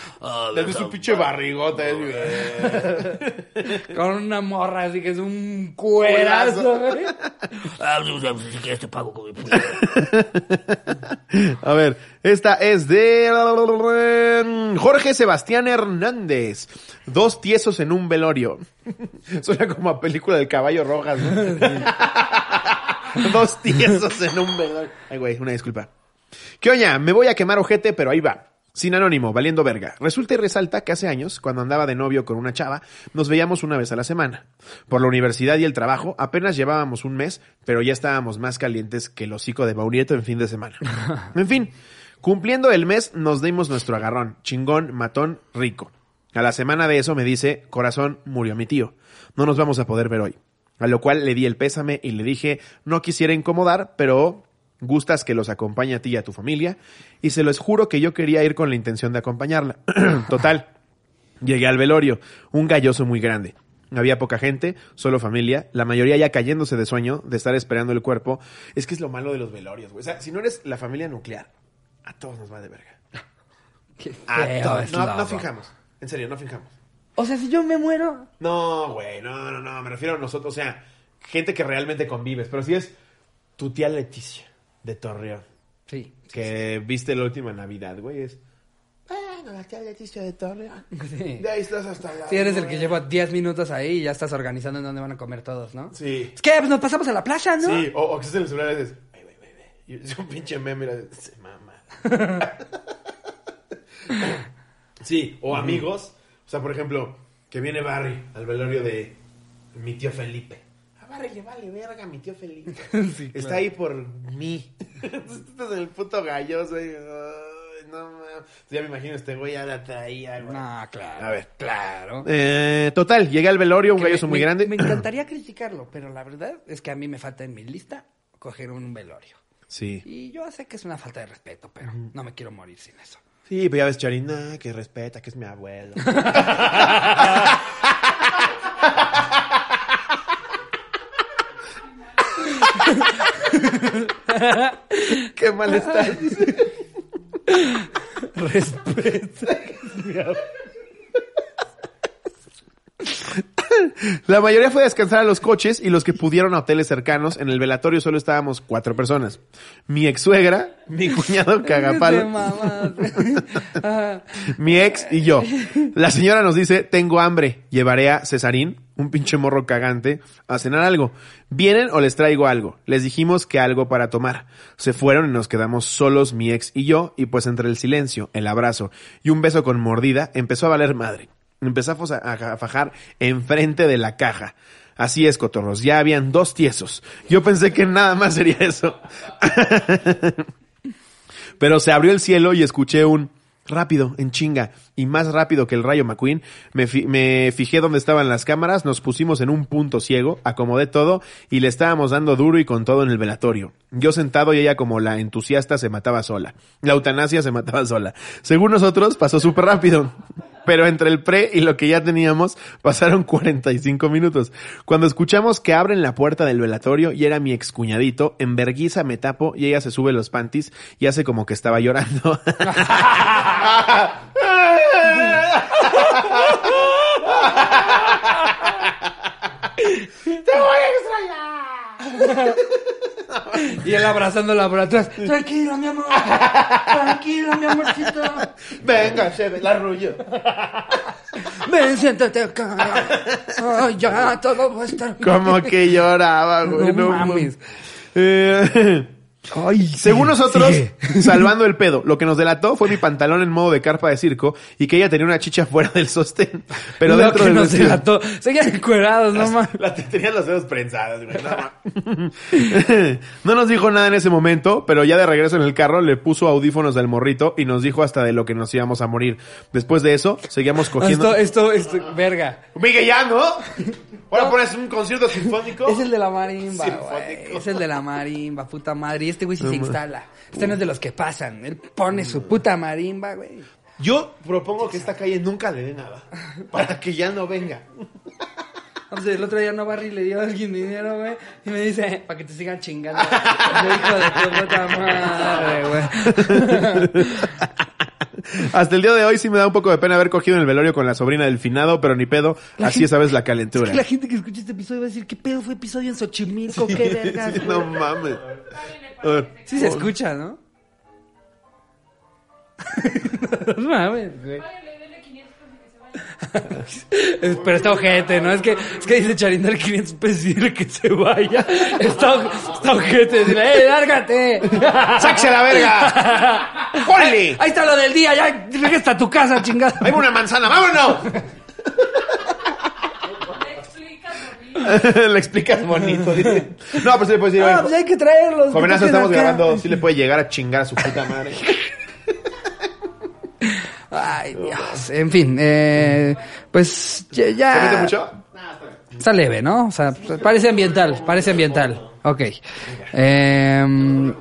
S2: Le ves un pinche barrigota. es-
S1: Con una morra, así que es un cuerazo. güey.
S4: Si quieres te pago con mi puta.
S2: A ver, esta es de Jorge Sebastián Hernández. Dos tiesos en un velorio. Suena como a película del caballo rojas. Dos tiesos en un velorio. Ay, güey, una disculpa. ¿Qué oña? Me voy a quemar ojete, pero ahí va. Sin anónimo, valiendo verga. Resulta y resalta que hace años, cuando andaba de novio con una chava, nos veíamos una vez a la semana. Por la universidad y el trabajo, apenas llevábamos un mes, pero ya estábamos más calientes que el hocico de Baurieto en fin de semana. En fin, cumpliendo el mes, nos dimos nuestro agarrón. Chingón, matón, rico. A la semana de eso me dice, corazón, murió mi tío. No nos vamos a poder ver hoy. A lo cual le di el pésame y le dije, no quisiera incomodar, pero gustas que los acompañe a ti y a tu familia. Y se los juro que yo quería ir con la intención de acompañarla. Total. Llegué al velorio, un galloso muy grande. Había poca gente, solo familia, la mayoría ya cayéndose de sueño, de estar esperando el cuerpo. Es que es lo malo de los velorios, güey. O sea, si no eres la familia nuclear, a todos nos va de verga.
S1: Qué
S2: A
S1: feo
S2: todos.
S1: es
S2: Ah, No,
S1: la-
S2: no fijamos. En serio, no fijamos.
S1: O sea, si yo me muero.
S2: No, güey, no, no, no, me refiero a nosotros, o sea, gente que realmente convives, pero si es tu tía Leticia de Torreón,
S1: Sí.
S2: que viste la última Navidad, güey, es... Bueno, la tía Leticia de Torreón.
S1: Sí.
S2: De ahí estás hasta la...
S1: Si eres el que lleva 10 minutos ahí y ya estás organizando en dónde van a comer todos, ¿no?
S2: Sí.
S1: Es que pues, nos pasamos a la playa, ¿no?
S2: Sí, o, o que estás en el celular y dices, ay, güey, güey, güey, y es un pinche meme, mira, se mama. sí, o amigos, o sea, por ejemplo, que viene Barry al velorio de mi tío Felipe. A Barry le vale verga a mi tío Felipe. Está ahí por mí. Estás en el puto galloso. y, ay, no mames. Ya me imagino este güey ya la traía, güey.
S1: No, claro.
S2: A ver.
S1: Claro.
S2: Eh, total, llegué al velorio, un
S1: Que
S2: galloso
S1: me-
S2: muy
S1: me-
S2: grande.
S1: Me encantaría criticarlo, pero la verdad es que a mí me falta en mi lista coger un velorio.
S2: Sí.
S1: Y yo sé que es una falta de respeto, pero no me quiero morir sin eso.
S2: Sí, pero ya ves, Charina, que respeta, que es mi abuelo. Qué mal estás.
S1: Respeto.
S2: La mayoría fue a descansar a los coches y los que pudieron a hoteles cercanos. En el velatorio solo estábamos cuatro personas. Mi ex suegra, mi cuñado
S1: Te
S2: cagapalo,
S1: mamas. Ah,
S2: mi ex y yo. La señora nos dice, tengo hambre, llevaré a Cesarín, un pinche morro cagante, a cenar algo. ¿Vienen o les traigo algo? Les dijimos que algo para tomar. Se fueron y nos quedamos solos mi ex y yo, y pues entre el silencio, el abrazo y un beso con mordida, empezó a valer madre. Empezamos a, a fajar enfrente de la caja. Así es, cotorros, ya habían dos tiesos. Yo pensé que nada más sería eso. Pero se abrió el cielo y escuché un rápido, en chinga, y más rápido que el rayo McQueen. Me, fi- me fijé dónde estaban las cámaras, nos pusimos en un punto ciego, acomodé todo y le estábamos dando duro y con todo en el velatorio. Yo sentado y ella como la entusiasta se mataba sola. La eutanasia se mataba sola. Según nosotros, pasó súper rápido. Pero entre el pre y lo que ya teníamos pasaron 45 minutos. Cuando escuchamos que abren la puerta del velatorio y era mi excuñadito, en verguiza me tapo y ella se sube los panties y hace como que estaba llorando.
S1: y él abrazándola por atrás. Tranquila, mi amor. Tranquila, mi amorcito.
S2: Venga, cheve, la arrullo.
S1: Ven, siéntate acá. Ay, ya, todo va a estar bien.
S2: Como que lloraba, güey.
S1: No
S2: No
S1: mames.
S2: mames. Eh,
S1: Ay,
S2: Según
S1: sí,
S2: nosotros,
S1: sigue.
S2: salvando el pedo, lo que nos delató fue mi pantalón en modo de carpa de circo y que ella tenía una chicha fuera del sostén, pero
S1: Lo
S2: dentro
S1: que
S2: del
S1: nos
S2: vestido.
S1: delató. Seguían encuerados, no mames.
S2: La tenía los dedos prensados, güey. No, ma- No nos dijo nada en ese momento, pero ya de regreso en el carro le puso audífonos al morrito y nos dijo hasta de lo que nos íbamos a morir. Después de eso, seguíamos cogiendo.
S1: Esto, esto, esto, verga.
S2: Miguel, ya, ¿no? Ahora pones un concierto sinfónico.
S1: Es el de la marimba,
S2: Sinfónico.
S1: güey. Es el de la marimba, puta madre. Y este güey sí se instala. Este no es de los que pasan. Él pone su puta marimba, güey.
S2: Yo propongo que esta calle nunca le dé nada. Para que ya no venga.
S1: O sea, el otro día no barri le dio a alguien dinero, güey. Y me dice, para que te sigan chingando. Yo, hijo de tu puta madre, güey.
S2: Hasta el día de hoy sí me da un poco de pena haber cogido en el velorio con la sobrina del finado, pero ni pedo.
S1: La
S2: así
S1: gente-
S2: es a veces la
S1: Es
S2: calentura.
S1: que la gente que escucha este episodio va a decir, ¿qué pedo fue episodio en Xochimilco? ¿Qué vergas?
S2: Sí,
S1: güey?"
S2: no mames. A ver.
S1: Sí se escucha, ¿no? no mames, güey. Es- Pero está ojete, ¿no? Es que, es que dice Charinder 500 pesos y dile pues que se vaya. Está, está ojete. Dile, ¡eh, lárgate!
S2: ¡Sáquese a la verga! ¡Ponle!
S1: Ahí está lo del día, ya regresa a tu casa, chingada.
S2: ¡Hay una manzana! ¡Vámonos! le explicas bonito. dice. No, pero sí le puedes
S1: No,
S2: decir, oye,
S1: pues hay que traerlos.
S2: jovenazo,
S1: que toquen
S2: estamos
S1: acá.
S2: grabando. Sí le puede llegar a chingar a su puta madre.
S1: Ay, Dios. En fin, eh, pues ya. ya-
S2: ¿Te mete mucho?
S1: Está leve, ¿no? O sea, pues, parece ambiental, parece ambiental. Ok. Em,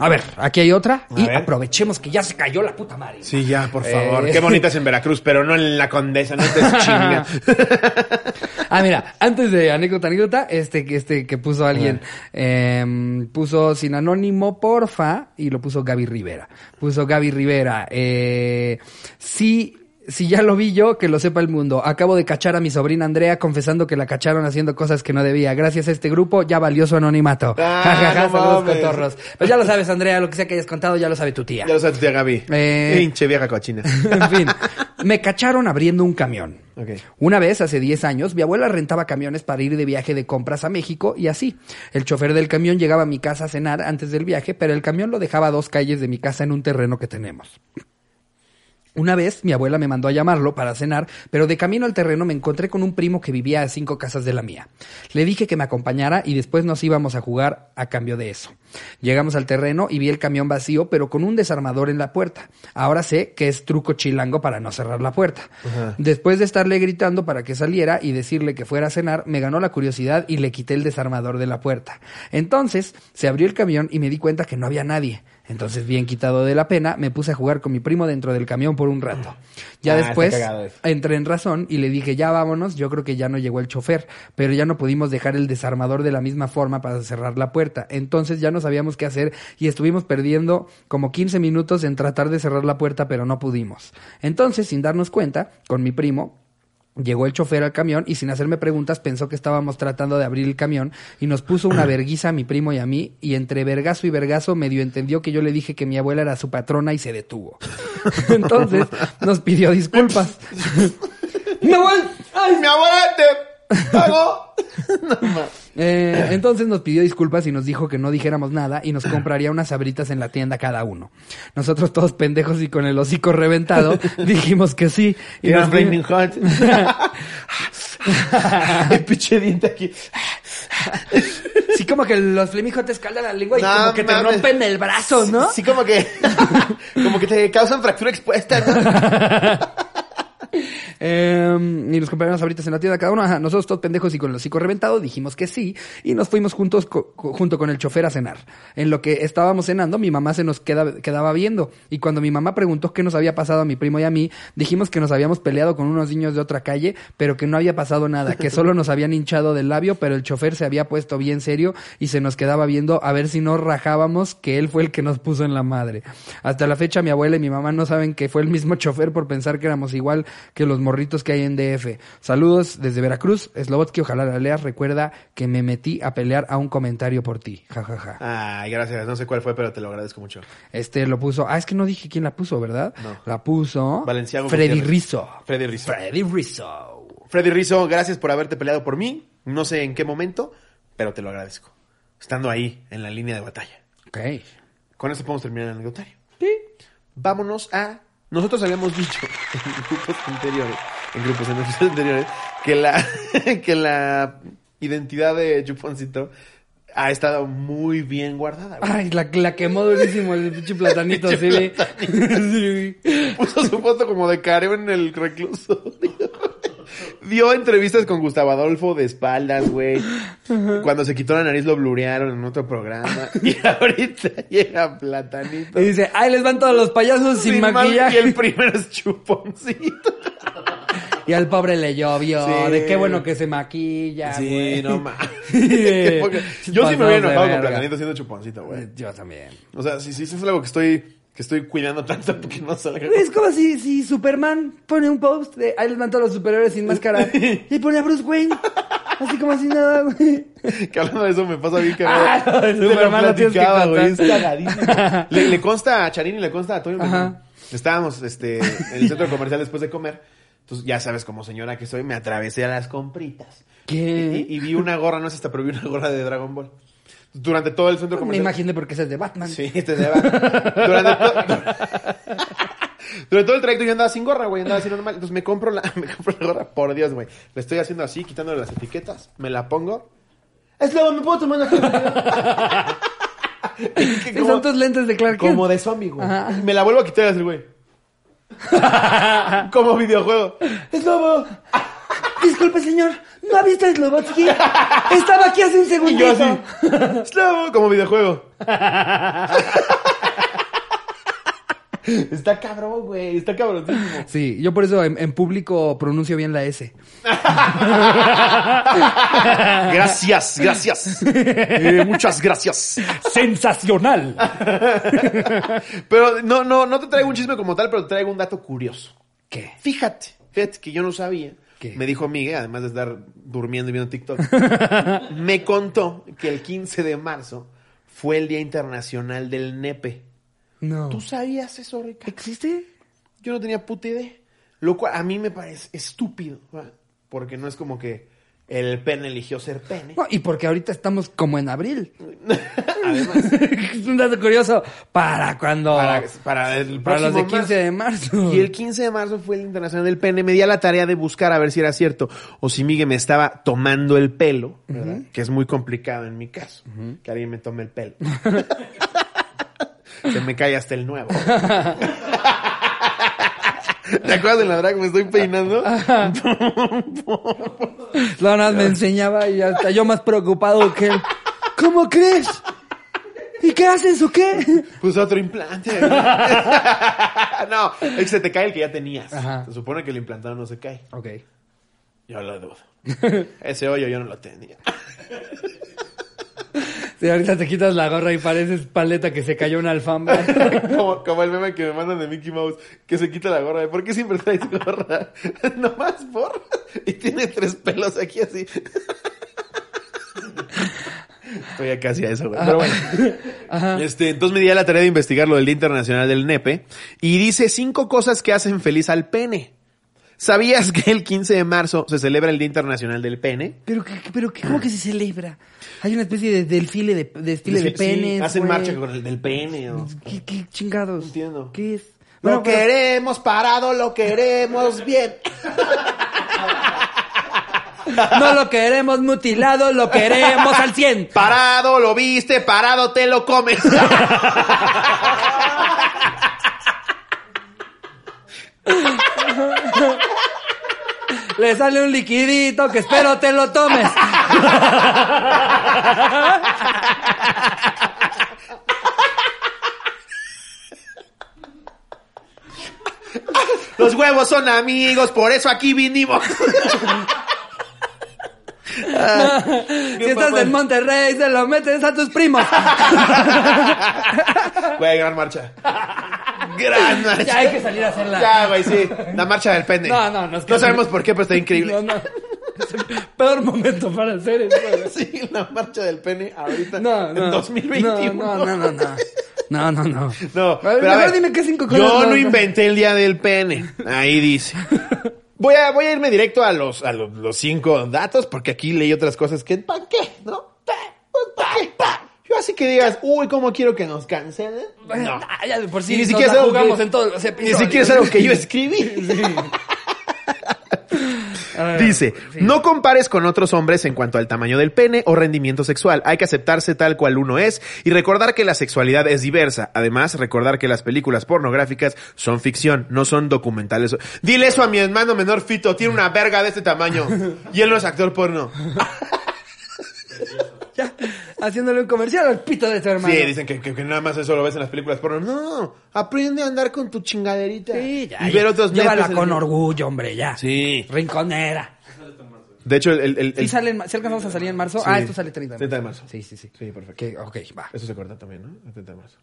S1: a ver, aquí hay otra. Y
S2: ver.
S1: aprovechemos que ya se cayó la puta madre.
S2: Sí, ya, por
S1: favor.
S2: Eh, Qué bonita es en Veracruz, pero no en la Condesa, no te chinga.
S1: Ah, mira, antes de anécdota, anécdota, este, que- este que puso alguien, em, puso sin anónimo, porfa, y lo puso Gaby Rivera. Puso Gaby Rivera, eh, sí, si ya lo vi yo, que lo sepa el mundo. Acabo de cachar a mi sobrina Andrea confesando que la cacharon haciendo cosas que no debía. Gracias a este grupo ya valió su anonimato.
S2: Ah,
S1: ja, ja, ja,
S2: no
S1: saludos
S2: mames.
S1: cotorros. Pues ya lo sabes, Andrea, lo que sea que hayas contado, ya lo sabe tu tía.
S2: Ya lo sabes, tía Gaby.
S1: Eh.
S2: Pinche vieja cochina.
S1: en fin, me cacharon abriendo un camión.
S2: Ok.
S1: Una vez, hace 10 años, mi abuela rentaba camiones para ir de viaje de compras a México y así. El chofer del camión llegaba a mi casa a cenar antes del viaje, pero el camión lo dejaba a dos calles de mi casa en un terreno que tenemos. Una vez mi abuela me mandó a llamarlo para cenar, pero de camino al terreno me encontré con un primo que vivía a cinco casas de la mía. Le dije que me acompañara y después nos íbamos a jugar a cambio de eso. Llegamos al terreno y vi el camión vacío, pero con un desarmador en la puerta. Ahora sé que es truco chilango para no cerrar la puerta. Después de estarle gritando para que saliera y decirle que fuera a cenar, me ganó la curiosidad y le quité el desarmador de la puerta. Entonces se abrió el camión y me di cuenta que no había nadie. Entonces, bien quitado de la pena, me puse a jugar con mi primo dentro del camión por un rato. Ya
S2: Ah,
S1: después
S2: está cagado eso.
S1: entré en razón y le dije, ya vámonos, yo creo que ya no llegó el chofer, pero ya no pudimos dejar el desarmador de la misma forma para cerrar la puerta. Entonces ya no sabíamos qué hacer y estuvimos perdiendo como 15 minutos en tratar de cerrar la puerta, pero no pudimos. Entonces, sin darnos cuenta, con mi primo, Llegó el chofer al camión y sin hacerme preguntas pensó que estábamos tratando de abrir el camión y nos puso una verguiza a mi primo y a mí y entre vergazo y vergazo medio entendió que yo le dije que mi abuela era su patrona y se detuvo. Entonces nos pidió disculpas. ¡Mi abuela! ¡Ay!
S2: ¡Mi abuela te pago!
S1: Eh, entonces nos pidió disculpas y nos dijo que no dijéramos nada y nos compraría unas sabritas en la tienda cada uno. Nosotros todos pendejos y con el hocico reventado dijimos que sí. Y
S2: Era
S1: nos pi-
S2: Flaming Hot. El pinche diente aquí.
S1: Sí, como que los flemijotes te escalan la lengua y
S2: No
S1: como que te
S2: mames.
S1: rompen el brazo, ¿no?
S2: Sí, como que. Como que te causan fractura expuesta, ¿no?
S1: Eh, y nos compraron ahorita en la tienda cada uno. Ajá, nosotros todos pendejos y con el hocico reventado dijimos que sí. Y nos fuimos juntos co- co- junto con el chofer a cenar. En lo que estábamos cenando, mi mamá se nos queda- quedaba viendo. Y cuando mi mamá preguntó qué nos había pasado a mi primo y a mí, dijimos que nos habíamos peleado con unos niños de otra calle, pero que no había pasado nada, que solo nos habían hinchado del labio, pero el chofer se había puesto bien serio y se nos quedaba viendo a ver si no rajábamos que él fue el que nos puso en la madre. Hasta la fecha mi abuela y mi mamá no saben que fue el mismo chofer por pensar que éramos igual que los morritos que hay en DF. Saludos desde Veracruz, Slobotsky, ojalá la leas. Recuerda que me metí a pelear a un comentario por ti. Ja, ja, ja.
S2: Ay, gracias. No sé cuál fue, pero te lo agradezco mucho.
S1: Este lo puso. Ah, es que no dije quién la puso, ¿verdad?
S2: No.
S1: La puso.
S2: Valenciago
S1: Freddy
S2: Gutiérrez.
S1: Rizzo.
S2: Freddy Rizzo.
S1: Freddy Rizzo.
S2: Freddy Rizzo, gracias por haberte peleado por mí. No sé en qué momento, pero te lo agradezco. Estando ahí, en la línea de batalla.
S1: Ok.
S2: Con esto podemos terminar el anecdotario. Vámonos a. Nosotros habíamos dicho en grupos anteriores, en grupos en episodios anteriores, que la, que la identidad de Chuponcito ha estado muy bien guardada. güey.
S1: Ay, la, la quemó durísimo el pinche platanito, sí.
S2: Pinche
S1: sí.
S2: Puso su foto como de careo en el recluso. Dio entrevistas con Gustavo Adolfo de espaldas, güey. Cuando se quitó la nariz lo blurearon en otro programa. Y ahorita llega Platanito.
S1: Y dice, ay, les van todos los payasos sin,
S2: mal-
S1: maquillaje.
S2: Y el primero es chuponcito.
S1: Y al pobre le llovió.
S2: Sí.
S1: De qué bueno que se maquilla. güey.
S2: mames.
S1: Sí.
S2: Yo sí
S1: Pasados
S2: me
S1: de
S2: hubiera enojado con
S1: verga.
S2: Platanito siendo chuponcito, güey.
S1: Pues, Yo también.
S2: O sea, sí, sí, eso es algo que estoy, que estoy cuidando tanto porque no salga.
S1: Es como si, si Superman pone un post de ahí les van todos los superhéroes sin máscara. Y pone a Bruce Wayne. Así como si nada, güey.
S2: Que hablando de eso me pasa bien que
S1: Ah,
S2: veo-
S1: no,
S2: te
S1: Superman lo tienes que
S2: platicaba, güey. Es
S1: contar.
S2: cagadísimo. Le, le consta a Charín y le consta a Antonio.
S1: Ajá.
S2: Mejía. Estábamos este, en el centro comercial después de comer. Entonces, ya sabes, como señora que soy, me atravesé a las compritas.
S1: ¿Qué?
S2: Y, y vi una gorra, no sé hasta, pero vi una gorra de Dragon Ball. Durante todo el centro
S1: Me
S2: comercial.
S1: imaginé porque ese es de Batman.
S2: Sí, te lleva. Durante, to- durante todo el trayecto yo andaba sin gorra, güey. Andaba así normal. Entonces me compro la, me compro la gorra. Por Dios, güey. La estoy haciendo así, quitándole las etiquetas. Me la pongo. Es luego, me puedo tomar una foto? Es que
S1: Sí, son tus lentes de Clark Kent.
S2: como de zombie, güey.
S1: Ajá.
S2: Me la vuelvo a quitar y así, güey. como videojuego. Es lobo.
S1: Disculpe, señor. ¿No ha visto a Slobotsky? Estaba aquí hace un
S2: Y
S1: segundito.
S2: yo así. Es lobo, como videojuego. Está cabrón, güey. Está cabronísimo.
S1: Sí, yo por eso en, en público pronuncio bien la S.
S2: Gracias, gracias. Eh, muchas gracias.
S1: ¡Sensacional!
S2: Pero no, no, no te traigo un chisme como tal, pero te traigo un dato curioso.
S1: ¿Qué?
S2: Fíjate, fíjate que yo no sabía.
S1: ¿Qué?
S2: Me dijo Miguel, además de estar durmiendo y viendo TikTok, me contó que el 15 de marzo fue el Día Internacional del Nepe.
S1: No.
S2: ¿Tú sabías eso, Ricardo?
S1: ¿Existe?
S2: Yo no tenía puta idea. Lo cual a mí me parece estúpido, ¿verdad? porque no es como que el pene eligió ser pene.
S1: No, y porque ahorita estamos como en abril.
S2: Además,
S1: es un dato curioso. Para cuando.
S2: para, para el
S1: para los de
S2: próximo
S1: 15 de marzo.
S2: Y el 15 de marzo fue el Internacional del Pene. Me di a la tarea de buscar a ver si era cierto o si Miguel me estaba tomando el pelo, ¿verdad? Que es muy complicado en mi caso, que alguien me tome el pelo. Se me cae hasta el nuevo. ¿Te acuerdas de la drag? Me estoy peinando.
S1: No, nada, me enseñaba y hasta yo más preocupado que él. ¿Cómo crees? ¿Y qué haces o qué?
S2: Pues otro implante. no, es que se te cae el que ya tenías.
S1: Ajá.
S2: Se supone que el implantado no se cae.
S1: Ok.
S2: Yo lo dudo. Ese hoyo yo no lo tenía.
S1: Sí, ahorita te quitas la gorra y pareces paleta que se cayó una alfombra.
S3: Como, como el meme que me mandan de Mickey Mouse, que se quita la gorra. ¿Por qué siempre traes gorra? Nomás por. Y tiene tres pelos aquí así.
S2: Estoy ya casi a eso, güey. Pero bueno. Este, entonces me di a la tarea de investigar lo del Día Internacional del Nepe y dice cinco cosas que hacen feliz al pene. ¿Sabías que el 15 de marzo se celebra el Día Internacional del Pene?
S1: Pero, que- pero que- ¿cómo que se celebra? Hay una especie de desfile de, de desfile de
S2: Sí,
S1: penes.
S2: hacen
S1: güey.
S2: marcha con el del pene. o-
S1: ¿Qué, qué chingados?
S3: Entiendo.
S1: ¿Qué es?
S2: Lo
S1: Bueno, pues, pero-
S2: queremos parado, lo queremos bien.
S1: no lo queremos mutilado, lo queremos al 100.
S2: Parado, lo viste, parado, te lo comes.
S1: Le sale un liquidito que espero te lo tomes.
S2: Los huevos son amigos, por eso aquí vinimos.
S1: Si estás en Monterrey, se lo metes a tus primos.
S2: Güey, gran marcha. Gran marcha.
S1: Ya hay que salir a hacerla.
S2: Ya, güey, sí. La marcha del pene.
S1: No, no, no es que-
S2: sabemos por qué, pero está increíble.
S1: No, no. Es el peor momento para hacer eso. güey.
S2: Sí, la marcha del pene ahorita.
S1: No, no.
S2: En 2021.
S1: No, no, no, no. No, no, no.
S2: No,
S1: A ver,
S2: pero a
S1: mejor
S2: ver,
S1: dime qué cinco cosas.
S2: Yo
S1: no-
S2: no inventé el día del pene. Ahí dice. Voy a, voy a irme directo a los, a los, los cinco datos, porque aquí leí otras cosas que. ¿Para qué? ¿No? Pa, pues, ¿pa' qué? Pa. Yo así que digas, uy, ¿cómo quiero que nos cancelen? No.
S1: Ah, ya de por sí
S2: Y
S1: ni
S2: ni
S1: siquiera
S2: siquiera
S1: nos la
S2: es algo
S1: jugamos
S2: que-
S1: en todos los
S2: Ni
S1: episodios.
S2: siquiera es algo que yo escribí.
S1: A ver,
S2: Dice, no compares con otros hombres en cuanto al tamaño del pene o rendimiento sexual. Hay que aceptarse tal cual uno es y recordar que la sexualidad es diversa. Además, recordar que las películas pornográficas son ficción, no son documentales. Dile eso a mi hermano menor Fito, tiene una verga de este tamaño y él no es actor porno.
S1: ya, haciéndole un comercial al pito de tu hermano.
S2: Sí, dicen que, que- que nada más eso lo ves en las películas porno. No, aprende a andar con tu chingaderita
S1: Sí, ya.
S2: y ver otros
S1: Llévala
S2: nepes en-
S1: con orgullo, hombre, ya.
S2: Sí.
S1: Rinconera.
S2: De hecho, el, el- el-
S1: ¿Sí,
S2: el-
S1: sale en mar- ¿sí alcanzamos a salir en marzo?
S2: Sí.
S1: Ah, esto sale 30 de marzo.
S2: 30 de marzo.
S1: Sí, sí, sí.
S2: Sí, perfecto. oh.
S1: Que- ok, va.
S2: Eso se corta también, ¿no? El 30 de marzo.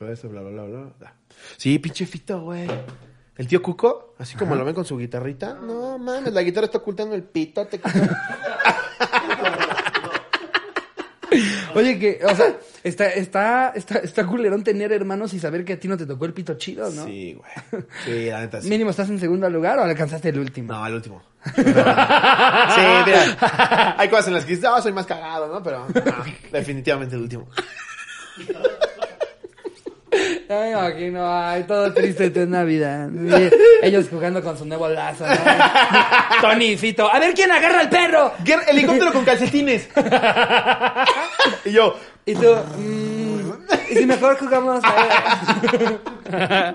S2: Todo eso, bla, bla, bla, bla. da. Sí, pinche fito, güey. El tío Cuco, así como lo ven con su guitarrita. No, mames, la guitarra está ocultando el pitote.
S1: Oye, que, o sea, está, está, está, está culerón tener hermanos y saber que a ti no te tocó el pito chido, ¿no?
S2: Sí, güey. Sí, la neta sí.
S1: Mínimo estás en segundo lugar o alcanzaste el último.
S2: No, al último. sí, mira. Hay cosas en las que dices, "Ah, soy más cagado, ¿no? Pero no, definitivamente el último.
S1: Ya me imagino, ay, todo triste de Navidad. Sí, Ellos jugando con su nuevo lazo, ¿no? Tony y Fito, a ver quién agarra al perro.
S2: Guerra- Helicóptero con calcetines. y yo,
S1: Y tú, mm, y si mejor jugamos. a ver.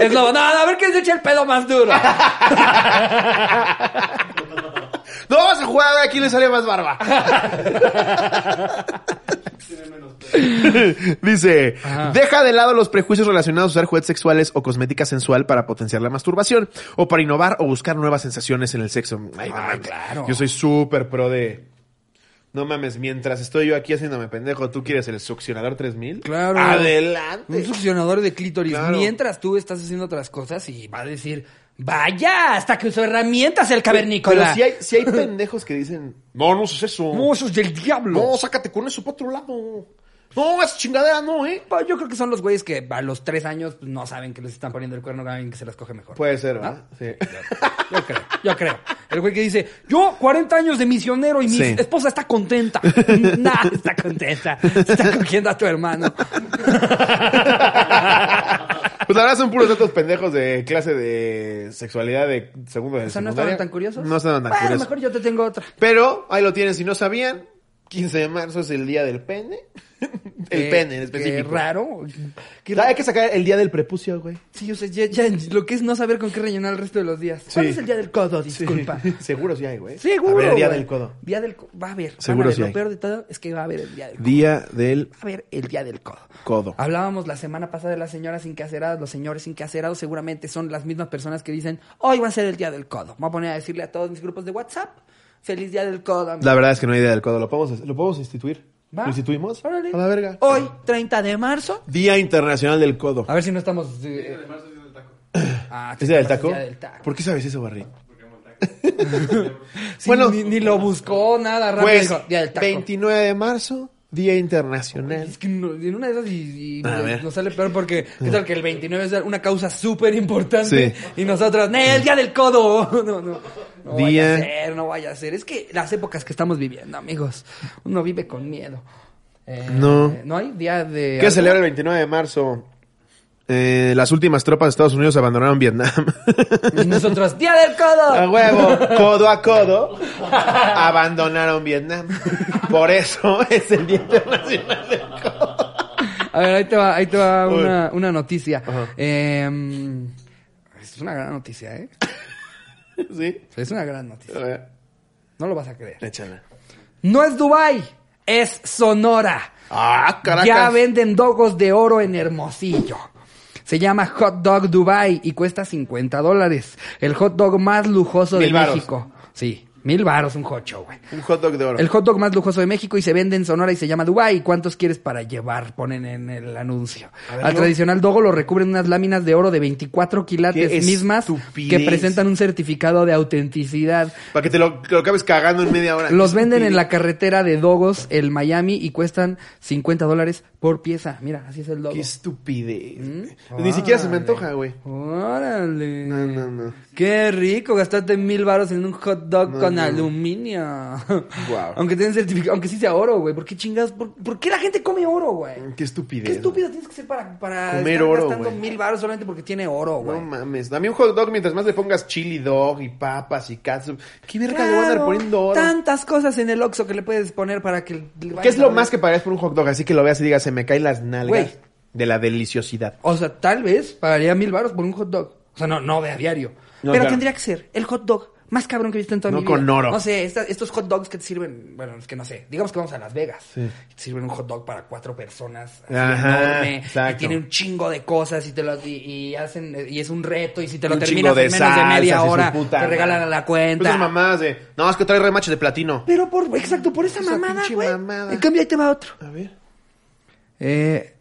S1: es lobo, no, no, a ver quién se echa el pedo más duro.
S2: no vamos a jugar a ver a quién le sale más barba. Dice, deja de lado los prejuicios relacionados a usar juguetes sexuales o cosmética sensual para potenciar la masturbación o para innovar o buscar nuevas sensaciones en el sexo. Ay, no mames.
S1: Ah, claro.
S2: Yo soy súper pro de... No mames, mientras estoy yo aquí haciéndome pendejo, ¿tú quieres el succionador 3000?
S1: Claro. Un
S2: Adelante.
S1: succionador de clítoris.
S2: Claro.
S1: Mientras tú estás haciendo otras cosas y va a decir, vaya, hasta que usó herramientas el
S2: Pero
S1: cavernícola.
S2: si hay, si hay pendejos que dicen, no, no uses eso.
S1: Mozos del diablo.
S2: No, sácate con eso para otro lado. No, esa chingadera no, ¿eh?
S1: Pues yo creo que son los güeyes que a los tres años pues, no saben que les están poniendo el cuerno a alguien que se las coge mejor.
S2: Puede ser, ¿verdad?
S1: ¿Ah?
S2: Sí.
S1: Yo creo, yo creo. El güey que dice, yo 40 años de misionero y mi
S2: Sí.
S1: esposa está contenta. nah, está contenta. Está cogiendo a tu hermano.
S2: Pues la verdad son puros datos pendejos de clase de sexualidad de segundo de
S1: o sea, ¿no
S2: secundaria.
S1: estaban tan curiosos?
S2: No estaban tan
S1: Bueno,
S2: curiosos.
S1: mejor yo te tengo otra.
S2: Pero ahí lo tienen, si no sabían, 15 de marzo es el día del pene.
S3: El
S1: Eh, Qué-
S3: pene en
S1: Qué
S3: específico.
S1: raro. Qué
S3: Ah, Hay que sacar el día del prepucio, güey.
S1: Sí, o sea, ya, ya lo que es no saber con qué rellenar el resto de los días. ¿Cuándo
S3: Sí.
S1: es el día del codo? Disculpa.
S3: Seguro sí hay, güey.
S1: Seguro.
S3: A ver, el día
S1: güey.
S3: del codo.
S1: Día del co- Va a haber. van
S2: Seguro
S1: a ver.
S2: sí
S1: Lo
S2: hay.
S1: peor de todo es que va a haber el día del codo.
S2: Día del
S1: Va a haber el día del codo.
S2: codo.
S1: Hablábamos la semana pasada de las señoras incaseradas, los señores incaserados seguramente son las mismas personas que dicen, hoy va a ser el día del codo. Voy a poner a decirle a todos mis grupos de WhatsApp, feliz día del codo. amigos".
S2: La verdad es que no hay día del codo. ¿Lo podemos, lo podemos instituir?
S1: ¿Va?
S2: ¿Lo instituimos?
S1: Órale.
S2: A la verga.
S1: Hoy, 30 de marzo.
S2: Día Internacional del Codo.
S1: A ver si no estamos... eh, Ah,
S2: ¿Es día del taco?
S1: Día del taco.
S2: ¿Por qué sabes eso, Barry?
S1: Sí,
S2: Bueno.
S1: ni, ni lo buscó, nada, rápido
S2: Pues,
S1: dijo, día del taco.
S2: 29 de marzo, Día Internacional.
S1: Es que no- en una de esas y, y
S2: A
S1: nos-
S2: ver.
S1: nos sale peor porque qué tal que el 29 es una causa súper importante
S2: Sí.
S1: y nosotros, "Nee, el día del codo. No, no. No vaya a
S2: Día-
S1: ser, no vaya a ser. Es que las épocas que estamos viviendo, amigos, uno vive con miedo. Eh,
S2: No.
S1: No hay día de...
S2: ¿Qué
S1: algo?
S2: celebra el 29 de marzo? Eh, las últimas tropas de Estados Unidos abandonaron Vietnam.
S1: Y nosotros, día del codo.
S2: A huevo, codo a codo, abandonaron Vietnam. Por eso es el Día Internacional del Codo.
S1: A ver, ahí te va, ahí te va
S2: Uy.
S1: una, una noticia.
S2: Ajá.
S1: Eh, es una gran noticia, ¿eh?
S2: Sí.
S1: Es una gran noticia.
S2: A ver,
S1: No lo vas a creer.
S2: échala.
S1: No es Dubai, es Sonora.
S2: Ah, caracas.
S1: Ya venden dogos de oro en Hermosillo. Se llama Hot Dog Dubai y cuesta 50 dólares. El hot dog más lujoso
S2: Mil
S1: de
S2: varos.
S1: México. Sí, mil baros, un hocho, güey.
S2: Un hot dog de oro.
S1: El hot dog más lujoso de México y se vende en Sonora y se llama Dubai. ¿Cuántos quieres para llevar? Ponen en el anuncio.
S2: ver,
S1: Al
S2: no.
S1: tradicional dogo lo recubren unas láminas de oro de 24
S2: Qué
S1: quilates mismas que
S2: estupidez.
S1: presentan un certificado de autenticidad.
S2: Para que te lo, que lo acabes cagando en media hora.
S1: Los venden en la carretera de Dogos, el Miami, y cuestan 50 dólares por pieza. Mira, así es el Dogo.
S2: Qué estupidez. güey. Ni siquiera se me
S1: Mm. Órale.
S2: antoja, güey.
S1: Órale.
S2: No, no, no.
S1: Qué rico, gastaste mil baros en un hot dog
S2: No,
S1: con
S2: no.
S1: aluminio.
S2: Guau.
S1: Aunque tienen certificado, aunque sí sea oro, güey. ¿Por qué chingados? ¿Por, por qué la gente come oro, güey?
S2: Qué estupidez.
S1: Qué estúpido tienes que ser para, para
S2: Comer
S1: estar
S2: oro,
S1: gastando
S2: güey.
S1: mil baros solamente porque tiene oro,
S2: No
S1: güey.
S2: mames. Dame un hot dog mientras más le pongas chili dog y papas y catsup. ¿Qué verga le van a andar
S1: Claro,
S2: poniendo oro?
S1: Tantas cosas en el Oxxo que le puedes poner para que... le
S2: ¿Qué es lo
S1: vayas a-
S2: más que pagarías por un hot dog? Así que lo veas y digas, se me caen las nalgas
S1: Güey.
S2: de la deliciosidad.
S1: O sea, tal vez pagaría mil baros por un hot dog. O sea, no, no de a diario.
S2: No,
S1: Pero
S2: claro.
S1: tendría que ser el hot dog más cabrón que he visto en toda
S2: No
S1: mi vida.
S2: con oro.
S1: No sé, esta- estos hot dogs que te sirven, bueno, es que no sé. Digamos que vamos a Las Vegas. Te sirven un hot dog para cuatro personas. así
S2: Ajá,
S1: enorme, Y
S2: exacto.
S1: tiene un chingo de cosas y te lo, y, y hacen, y es un reto. Y si te lo
S2: Un
S1: terminas
S2: chingo de
S1: en menos de media
S2: salsas y su
S1: hora,
S2: puta
S1: te regalan a
S2: madre. Pues
S1: la cuenta.
S2: Esas mamadas de, no, es que trae remaches de platino.
S1: Pero por, exacto, por esa,
S2: Esa
S1: mamada,
S2: pinche
S1: güey.
S2: mamada.
S1: En cambio, ahí te va otro.
S2: A ver.
S1: Eh,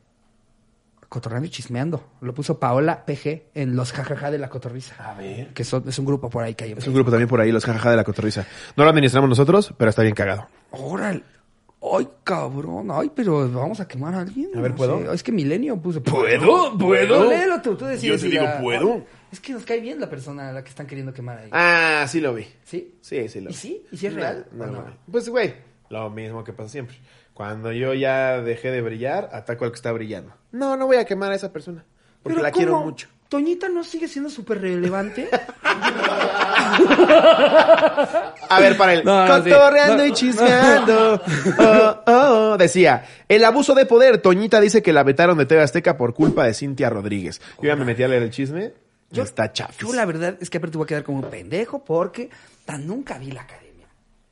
S1: cotorreando y chismeando. Lo puso Paola PG en los jajaja de la cotorriza.
S2: A ver.
S1: Que son- es un grupo por ahí que hay. en
S2: Es un grupo también por ahí, los jajaja de la cotorriza. No lo administramos nosotros, pero está bien cagado.
S1: Facebook. Órale. Ay, cabrón. Ay, pero vamos a quemar a alguien.
S2: A ver,
S1: No
S2: ¿puedo?
S1: sé. Es que Milenio puso.
S2: ¿Puedo? ¿Puedo?
S1: Léelo tú, tú decides.
S2: Yo te
S1: si
S2: digo,
S1: la-
S2: ¿puedo?
S1: Es que nos cae bien la persona a la que están queriendo quemar ahí.
S2: Ah, sí lo vi.
S1: ¿Sí?
S2: Sí, sí lo
S1: ¿Y
S2: vi.
S1: sí? ¿Y si es
S2: No,
S1: real?
S2: no,
S1: ¿O no?
S2: güey. Pues, güey, lo mismo que pasa siempre. Cuando yo ya dejé de brillar, ataco al que está brillando. No, no voy a quemar a esa persona. Porque
S1: Pero
S2: la quiero
S1: ¿cómo?
S2: mucho.
S1: ¿Toñita no sigue siendo súper relevante?
S2: A ver, para él.
S1: No, no, sí.
S2: Cotorreando
S1: No,
S2: y chismeando. Oh, oh, oh. Decía, el abuso de poder. Toñita dice que la vetaron de TV Azteca por culpa de Cintia Rodríguez. Yo ya me metí a leer el chisme.
S1: Yo-
S2: está chafis.
S1: Yo la verdad es que aparte voy a quedar como un pendejo porque tan nunca vi la academia.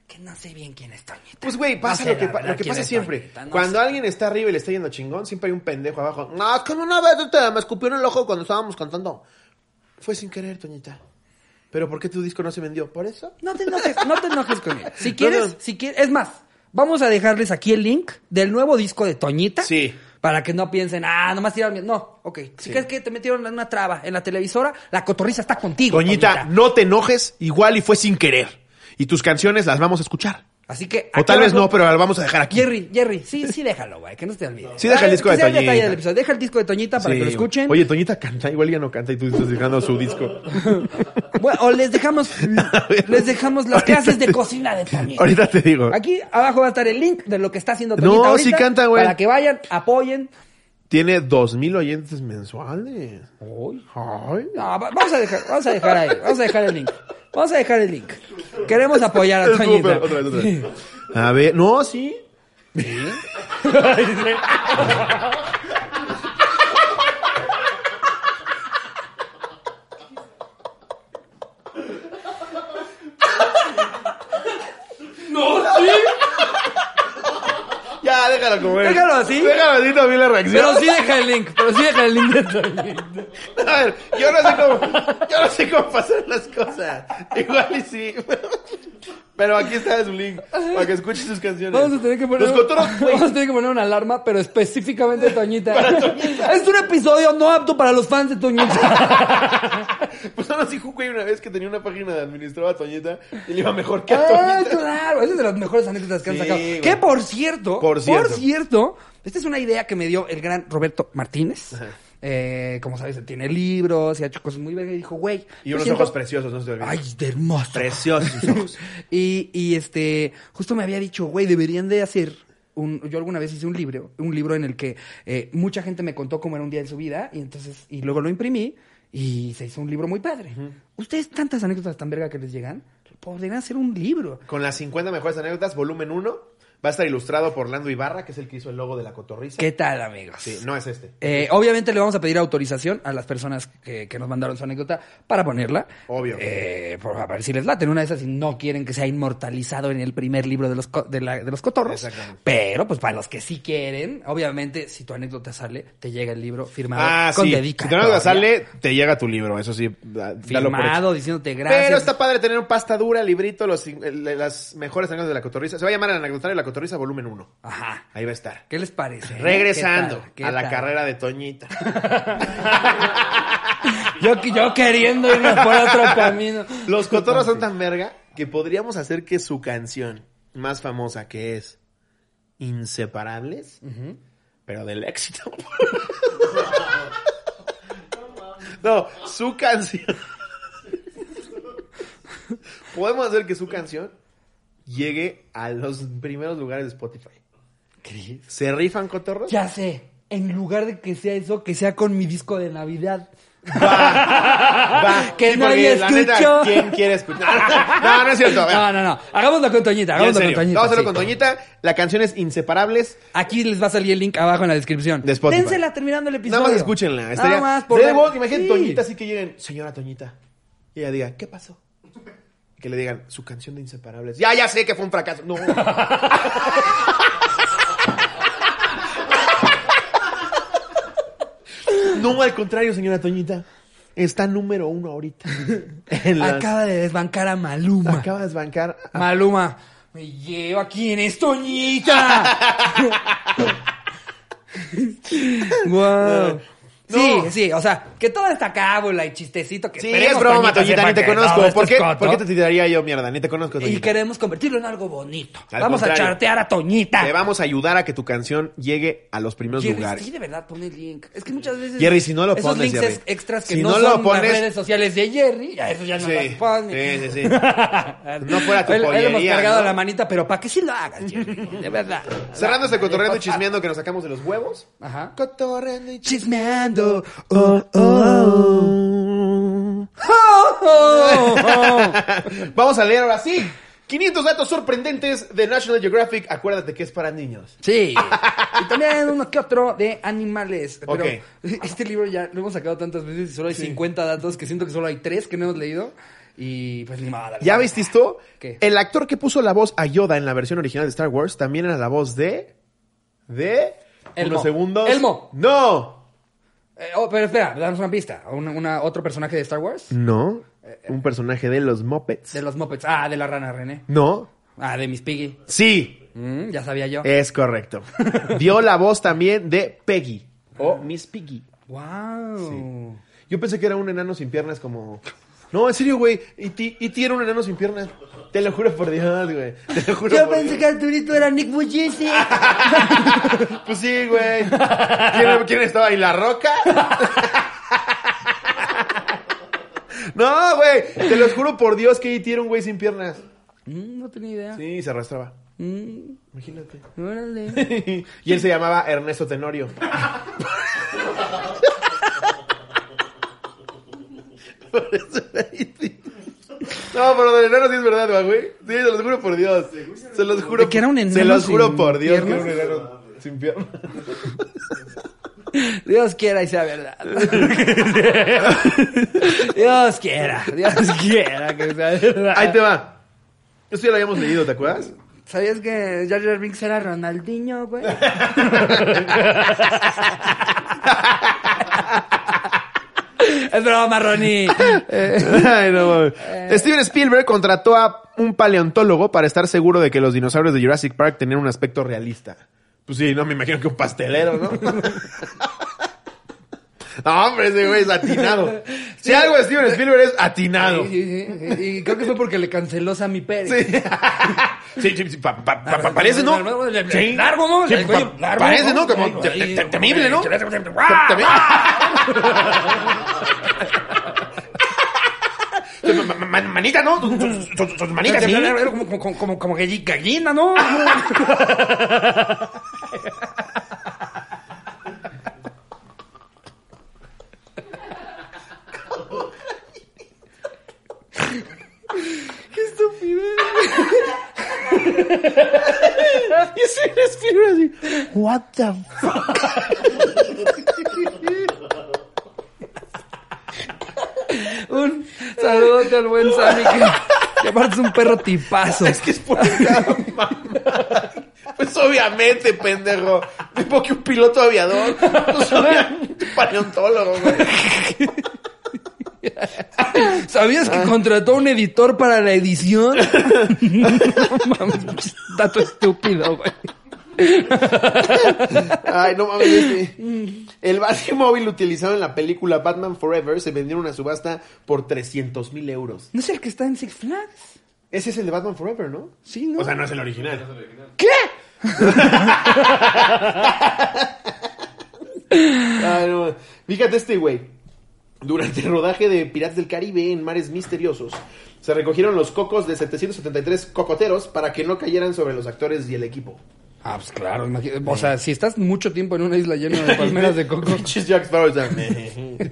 S1: Que no sé bien quién es Toñita.
S2: Pues, güey, pasa
S1: No sé,
S2: lo que,
S1: la
S2: pa-
S1: verdad,
S2: lo que
S1: quién
S2: pasa
S1: es
S2: siempre.
S1: Toñita, no
S2: cuando
S1: sé.
S2: alguien está arriba y le está yendo chingón, siempre hay un pendejo abajo. No, es que una vez te, me escupió en el ojo cuando estábamos cantando. Fue sin querer, Toñita. ¿Pero por qué tu disco no se vendió? ¿Por eso?
S1: No te enojes, no te enojes con él. Si
S2: No,
S1: quieres,
S2: no.
S1: si quieres, es más, vamos a dejarles aquí el link del nuevo disco de Toñita.
S2: Sí.
S1: Para que no piensen, ah, nomás tiraron. mi-". No, ok. Si crees que te metieron en una traba en la televisora, la cotorriza está contigo.
S2: Toñita, no te enojes. Igual y fue sin querer. Y tus canciones las vamos a escuchar.
S1: Así que.
S2: O
S1: aquí
S2: tal vez
S1: abajo-
S2: no, pero la vamos a dejar aquí.
S1: Jerry, Jerry, sí, sí, déjalo, güey, que no se te olvide.
S2: Sí, deja el
S1: Ah,
S2: disco
S1: que
S2: de
S1: sea el detalle
S2: Toñita.
S1: del episodio. Deja el disco de Toñita para
S2: Sí.
S1: que lo escuchen.
S2: Oye, Toñita canta, igual ya no canta y tú estás dejando su disco.
S1: Bueno, o les dejamos,
S2: ver.
S1: les dejamos las
S2: Ahorita
S1: clases de
S2: te-
S1: cocina de Toñita.
S2: Ahorita te digo.
S1: Aquí abajo va a estar el link de lo que está haciendo
S2: No,
S1: Toñita ahorita.
S2: sí canta, güey.
S1: Para que vayan, apoyen.
S2: Tiene dos mil oyentes mensuales. Ay.
S1: No, va- vamos a dejar, vamos a dejar ahí, vamos a dejar el link. Vamos a dejar el link. Queremos apoyar a
S2: Estuvo
S1: Toñita.
S2: peor, otra vez, otra vez. A ver, no, sí.
S1: Sí.
S3: Ya, déjalo comer.
S1: Déjalo así.
S3: Déjalo así también la
S1: Pero
S3: reacción.
S1: sí deja el link, pero sí deja el link de tu-
S3: A ver, yo no sé cómo, yo no sé cómo pasan las cosas. Igual y sí. Pero aquí está su link para que escuches sus canciones.
S1: Vamos a tener que poner.
S3: Los cotorros, güey.
S1: Vamos a tener que poner una alarma, pero específicamente de Toñita. Es un episodio no apto para los fans de Toñita.
S3: Pues no nos dijo, güey, una vez que tenía una página de administraba a Toñita y le iba mejor que a
S1: ah,
S3: Toñita.
S1: claro. Esa es de las mejores anécdotas que han
S3: Sí,
S1: sacado.
S3: güey.
S1: Que por cierto,
S3: Por cierto.
S1: cierto, esta es una idea que me dio el gran Roberto Martínez. Eh, como sabes, él tiene libros y ha hecho cosas muy verga. Y dijo, güey.
S2: Y
S1: yo
S2: unos
S1: siento-
S2: ojos preciosos, no se te olviden.
S1: Ay, de hermoso.
S2: Preciosos sus ojos.
S1: y, y este, justo me había dicho, güey, deberían de hacer un, yo alguna vez hice un libro, un libro en el que eh, mucha gente me contó cómo era un día de su vida, y entonces, y luego lo imprimí, y se hizo un libro muy padre. Ustedes tantas anécdotas tan verga que les llegan, podrían hacer un libro.
S2: Con las 50 mejores anécdotas, volumen 1, va a estar ilustrado por Lando Ibarra, que es el que hizo el logo de la cotorriza.
S1: ¿Qué tal, amigos?
S2: Sí, no es este.
S1: Eh, obviamente le vamos a pedir autorización a las personas que, que nos mandaron su anécdota para ponerla.
S2: Obvio.
S1: Eh, por, a ver si les late. En Una de esas, si no quieren que sea inmortalizado en el primer libro de los, co- de, la- de los cotorros.
S2: Exactamente.
S1: Pero, pues para los que sí quieren, obviamente, si tu anécdota sale, te llega el libro firmado
S2: Ah,
S1: con
S2: sí. Si tu
S1: dedicatoria.
S2: anécdota sale, te llega tu libro. Eso sí, da- dalo por hecho.
S1: Firmado, diciéndote gracias.
S2: Pero está padre tener un pasta dura, librito, los, cin- el- el- las mejores anécdotas de la cotorriza. Se va a llamar el anecdotario de la cotorriza volumen 1.
S1: Ajá.
S2: Ahí va a estar.
S1: ¿Qué les parece? eh?
S2: Regresando
S1: ¿Qué tal? ¿Qué
S2: a la
S1: tal?
S2: carrera de Toñita.
S1: Yo, yo queriendo irme por otro camino.
S2: Los cotorros son tan verga que podríamos hacer que su canción más famosa, que es Inseparables, pero del éxito. no, su canción. Podemos hacer que su canción llegue a los primeros lugares de Spotify.
S1: ¿Crees?
S2: ¿Se rifan cotorros?
S1: Ya sé. En lugar de que sea eso, que sea con mi disco de Navidad.
S2: Va,
S1: Que
S2: sí,
S1: nadie
S2: porque la neta,
S1: escuchó.
S2: ¿Quién quiere escuchar? No, no es cierto. va.
S1: No, no, no. Hagámoslo con Toñita.
S2: Ya, en
S1: Hagámoslo con
S2: serio.
S1: Toñita.
S2: Vamos a hacerlo
S1: sí.
S2: con Toñita. La canción es Inseparables.
S1: Aquí les va a salir el link abajo en la descripción.
S2: De Spotify.
S1: Dénsela terminando el episodio.
S2: Nada más escúchenla. Estaría,
S1: Nada más por
S2: Sería
S1: ver-
S2: bueno que imagínate
S1: Sí.
S2: Toñita así que lleguen, señora Toñita. Y ella diga, ¿qué pasó? Que le digan, su canción de Inseparables. Ya, ya sé que fue un fracaso. No. no, al contrario, señora Toñita. Está número uno ahorita. En las-
S1: Acaba de desbancar a Maluma.
S2: acaba de desbancar a
S1: Maluma. Me lleva quién es Toñita. wow. Sí, sí, o sea, que toda esta cábula y chistecito que
S2: Sí,
S1: esperemos,
S2: es broma,
S1: sepa
S2: Toñita, ni te
S1: que
S2: conozco.
S1: todo esto
S2: ¿Por,
S1: es
S2: qué,
S1: coto.
S2: ¿Por qué te tiraría yo mierda? Ni te conozco,
S1: Y
S2: Toñita.
S1: queremos convertirlo en algo bonito.
S2: Al
S1: Vamos a
S2: contrario.
S1: chartear a Toñita.
S2: Te vamos a ayudar a que tu canción llegue a los primeros
S1: Jerry,
S2: lugares.
S1: sí, de verdad, pon el link. Es que muchas veces.
S2: Jerry, si no lo
S1: esos
S2: pones,
S1: links
S2: Jerry.
S1: es- extras que
S2: Si
S1: no,
S2: no lo
S1: son
S2: pones-
S1: las redes sociales de Jerry, ya eso ya no
S2: Sí,
S1: las pones.
S2: sí, sí, sí. No fuera tu
S1: Él- Él hemos
S2: pollería,
S1: cargado
S2: ¿no?
S1: la manita, pero ¿para qué sí lo hagas, Jerry? De verdad.
S2: Cerrando este cotorreando y chismeando que nos sacamos de los huevos.
S1: Ajá.
S2: Cotorreando y
S1: Chismeando.
S2: chismeando.
S1: Oh, oh, oh. Oh, oh, oh.
S2: Vamos a leer ahora sí. 500 datos sorprendentes de National Geographic. Acuérdate que es para niños.
S1: Sí. Y también uno que otro de animales. Pero
S2: Ok.
S1: este libro ya lo hemos sacado tantas veces y solo hay 50 datos que siento que solo hay 3 que no hemos leído. Y pues ni madre.
S2: ¿Ya viste esto?
S1: ¿Qué?
S2: El actor que puso la voz a Yoda en la versión original de Star Wars también era la voz de. de.
S1: Elmo.
S2: Unos segundos.
S1: Elmo.
S2: ¡No!
S1: Eh, oh, pero espera, damos una pista. ¿Una, una- ¿Otro personaje de Star Wars?
S2: No. Un personaje de los Muppets.
S1: De los Muppets. Ah, de la rana René.
S2: No.
S1: Ah, de Miss Piggy.
S2: Sí.
S1: Mm, ya sabía yo.
S2: Es correcto. Dio la voz también de Peggy. O Miss Piggy.
S1: wow.
S2: Yo pensé que era un enano sin piernas como... No, en serio, güey. E E.T. E.T. era un enano sin piernas. Te lo juro por Dios, güey. Te lo juro
S1: Yo
S2: por
S1: pensé que
S2: Dios.
S1: Arturito era Nick Bujese.
S2: Pues sí, güey. ¿Quién, quién estaba ahí? ¿La Roca? no, güey. Te lo juro por Dios que E.T. era un güey sin piernas.
S1: Mm, no tenía idea.
S2: Sí, se arrastraba.
S1: Mm,
S2: Imagínate.
S1: órale.
S2: y él se llamaba Ernesto Tenorio. Por eso era E.T.. No, pero de enano sí es verdad, güey. Sí, se los juro por Dios. Se los juro.
S1: ¿De que era un
S2: Se
S1: enano
S2: los juro
S1: sin
S2: por Dios. que
S1: piernas?
S2: era un enano.
S3: Sin pierna.
S1: Dios quiera y sea verdad. Dios quiera, Dios quiera que sea verdad.
S2: Ahí te va. Esto ya lo habíamos leído, ¿te acuerdas?
S1: ¿Sabías que Jar Jar Binks era Ronaldinho, güey? es broma, Ronnie.
S2: Ay, no mames. Steven Spielberg contrató a un paleontólogo para estar seguro de que los dinosaurios de Jurassic Park tenían un aspecto realista. Pues sí, no me imagino que un pastelero, ¿no? No, hombre, ese güey es atinado. Si algo de Steven Spielberg es atinado.
S1: Sí, sí, sí. Y creo que fue porque le canceló Sammy Pérez.
S2: Sí, sí, sí, sí, pa- pa- pa- pa- parece, ¿no? Sí.
S1: Largo, ¿no?
S2: Sí,
S1: El cuello
S2: pa-
S1: largo,
S2: parece,
S1: ¿no?
S2: ¿no? Como
S1: Ahí,
S2: te-
S1: ahí,
S2: te- temible, ¿no?
S4: Te- te-
S2: Te- te-
S1: ¡Ah!
S2: Ma- ma- ma- Manita, ¿no? Tus- tus- tus- tus manitas, ¿sí?
S1: Era como, como, como, como galli- gallina, ¿no?
S2: Y Steven Spielberg así, what the fuck?
S1: Un saludote al buen Sammy. Que, que aparte es un perro tipazo.
S2: Es que es por acá, mamá. Pues obviamente, pendejo. Tipo que un piloto aviador. Pues obviamente, un paleontólogo, güey.
S1: ¿Sabías
S2: Ah.
S1: que contrató un editor para la edición? No Mames, dato estúpido, güey.
S2: Ay, no mames. este. El Batimóvil utilizado en la película Batman Forever se vendió en una subasta por 300 mil euros.
S1: ¿No es el que está en Six Flags?
S2: Ese es el de Batman Forever, ¿no?
S1: Sí, ¿no?
S2: O sea, no es el original.
S1: ¿Qué?
S2: Ay, no mames. Fíjate este güey. Durante el rodaje de Piratas del Caribe en mares misteriosos, se recogieron los cocos de 773 cocoteros para que no cayeran sobre los actores y el equipo.
S1: Ah, pues claro. imagi- O sea, si estás mucho tiempo en una isla llena de palmeras de coco,
S2: Pinches Jack Sparrow, o sea, me-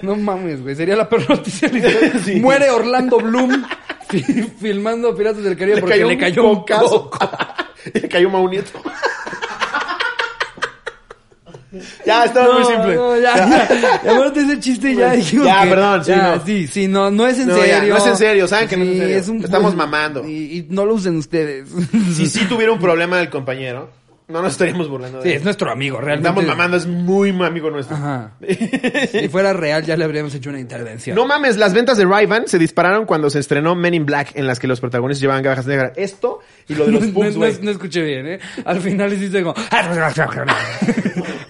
S1: no mames, güey. Sería la peor noticia.
S2: Sí.
S1: Muere Orlando Bloom fi- filmando Piratas del Caribe porque le cayó un
S2: cocazo.
S1: caso.
S2: le cayó un maunieto. ya, estaba muy simple.
S1: no, ya, ya, ya, bueno, ese chiste ya dijimos
S2: Ya,
S1: que-
S2: perdón, sí,
S1: ya,
S2: no.
S1: sí, sí, no, no es en
S2: No, ya,
S1: serio.
S2: no es en serio, saben que no es en
S1: Sí,
S2: serio.
S1: un-
S2: Estamos mamando.
S1: Y, y no lo usen ustedes.
S2: Si sí tuviera un problema el compañero, no nos estaríamos burlando de
S1: Sí,
S2: él.
S1: es nuestro amigo, realmente.
S2: Estamos mamando, es muy amigo nuestro.
S1: Ajá. Si fuera real ya le habríamos hecho una intervención.
S2: No mames, las ventas de Ray-Ban se dispararon cuando se estrenó Men in Black, en las que los protagonistas llevaban cajas negras. Esto y lo de los
S1: No,
S2: pubs,
S1: no,
S2: güey.
S1: no escuché bien, ¿eh? Al final hiciste como...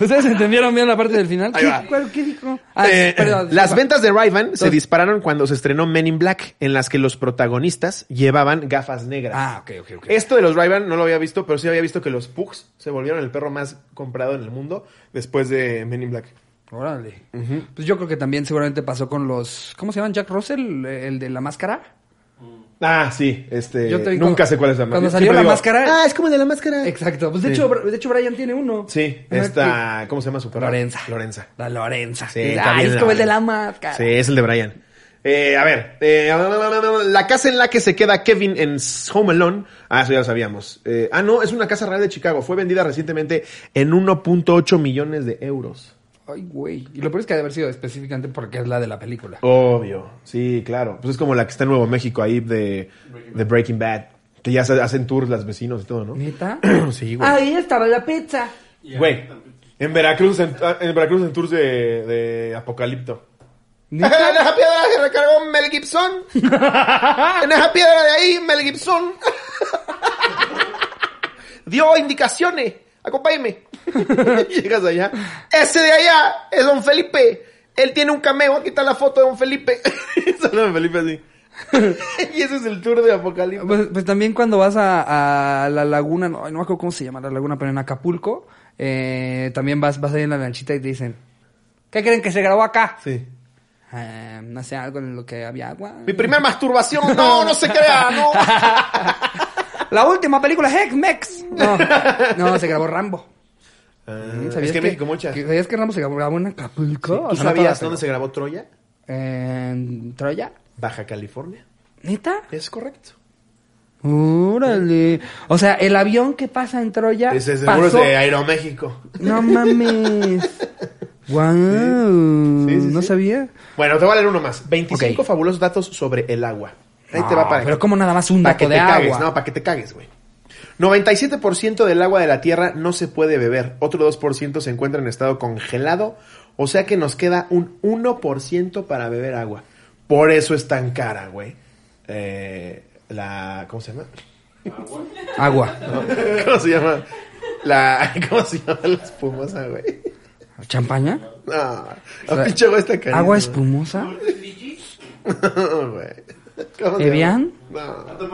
S1: ¿Ustedes entendieron bien la parte del final?
S2: Ahí
S1: ¿Qué,
S2: va.
S1: cuál- qué dijo? Ah,
S2: Eh,
S1: perdón,
S2: las
S1: disculpa.
S2: ventas de Ray-Ban se
S1: Entonces-
S2: dispararon cuando se estrenó Men in Black, en las que los protagonistas llevaban gafas negras.
S1: Ah, ok, ok, ok.
S2: Esto de los Ray-Ban no lo había visto, pero sí había visto que los Pugs se volvieron el perro más comprado en el mundo después de Men in Black.
S1: Órale. Pues yo creo que también seguramente pasó con los... ¿Cómo se llaman? ¿Jack Russell? ¿El de la máscara?
S2: Ah, sí, este.
S1: Yo te digo,
S2: nunca sé cuál es la
S1: cuando
S2: yo
S1: salió
S2: siempre
S1: la máscara-
S2: Ah, es como de la máscara.
S1: Exacto. Pues de,
S2: Sí.
S1: hecho, Bra- de hecho, Brian tiene uno.
S2: Sí,
S1: Ajá,
S2: esta. ¿Cómo se llama su
S1: que-
S2: perro?
S1: Lorenza.
S2: Lorenza.
S1: La Lorenza.
S2: Sí,
S1: Ay,
S2: está bien
S1: es
S2: la
S1: como el de la
S2: Lorenza.
S1: máscara.
S2: Sí, es el de Brian. Eh, a ver, eh, la casa en la que se queda Kevin en Home Alone. Ah, eso ya lo sabíamos. Eh, ah, no, es una casa real de Chicago. Fue vendida recientemente en 1.8 millones de euros.
S1: Ay, güey. Y lo peor es que ha de haber sido específicamente porque es la de la película.
S2: Obvio, sí, claro. Pues es como la que está en Nuevo México ahí de, de Breaking Bad. Que ya se- hacen tours las vecinos y todo, ¿no?
S1: ¿Neta?
S2: Sí, güey.
S1: Ahí estaba la pizza.
S2: Güey, en Veracruz, en, ah, en Veracruz en tours de, de Apocalipto.
S1: ¿Neta?
S2: En esa piedra se recargó Mel Gibson. En esa piedra de ahí, Mel Gibson. Dio indicaciones. Acompáñeme. Llegas allá. Ese de allá es Don Felipe. Él tiene un cameo. Aquí está la foto de Don Felipe. Solo Don Felipe así. y ese es el tour de Apocalipto.
S1: Pues, pues también cuando vas a, a la laguna, no, no me acuerdo cómo se llama la laguna, pero en Acapulco, eh, también vas, vas ahí en la lanchita y te dicen, ¿qué creen que se grabó acá?
S2: Sí.
S1: "Ah, no sé, algo en lo que había agua.
S2: Mi primer masturbación. No, no se crea, no.
S1: Ah, La última película es Hex-Mex. No, no, se grabó Rambo. Mm,
S2: es que en México muchas.
S1: que- ¿Sabías que Rambo se grabó en Acapulco?
S2: ¿Tú sabías dónde se grabó Troya?
S1: grabó? En Troya.
S2: Baja California.
S1: ¿Neta?
S2: Es correcto.
S1: Órale. O sea, el avión que pasa en Troya.
S2: Ese seguro es
S1: pasó...
S2: de Aeroméxico.
S1: No mames. wow.
S2: Sí, sí,
S1: no
S2: sí.
S1: sabía.
S2: Bueno, te voy a leer uno más.
S1: Ok.
S2: 25
S1: Ah,
S2: fabulosos datos sobre el agua. Ahí te va para
S1: Pero como nada más un
S2: para
S1: dato
S2: que
S1: de
S2: te
S1: agua.
S2: cagues, no, para que te cagues, güey. 97% del agua de la Tierra no se puede beber. Otro 2% se encuentra en estado congelado. O sea que nos queda un 1% para beber agua. Por eso es tan cara, güey. Eh, la... ¿Cómo se llama?
S1: Agua.
S2: ¿Cómo se llama? La... ¿Cómo se llama la espumosa, güey?
S1: ¿Champaña? O
S2: No, la
S1: sea,
S2: pinche agua está carísima.
S1: ¿Agua espumosa?
S2: No, güey. ¿Cómo se
S1: ¿Evian?
S2: llama? No.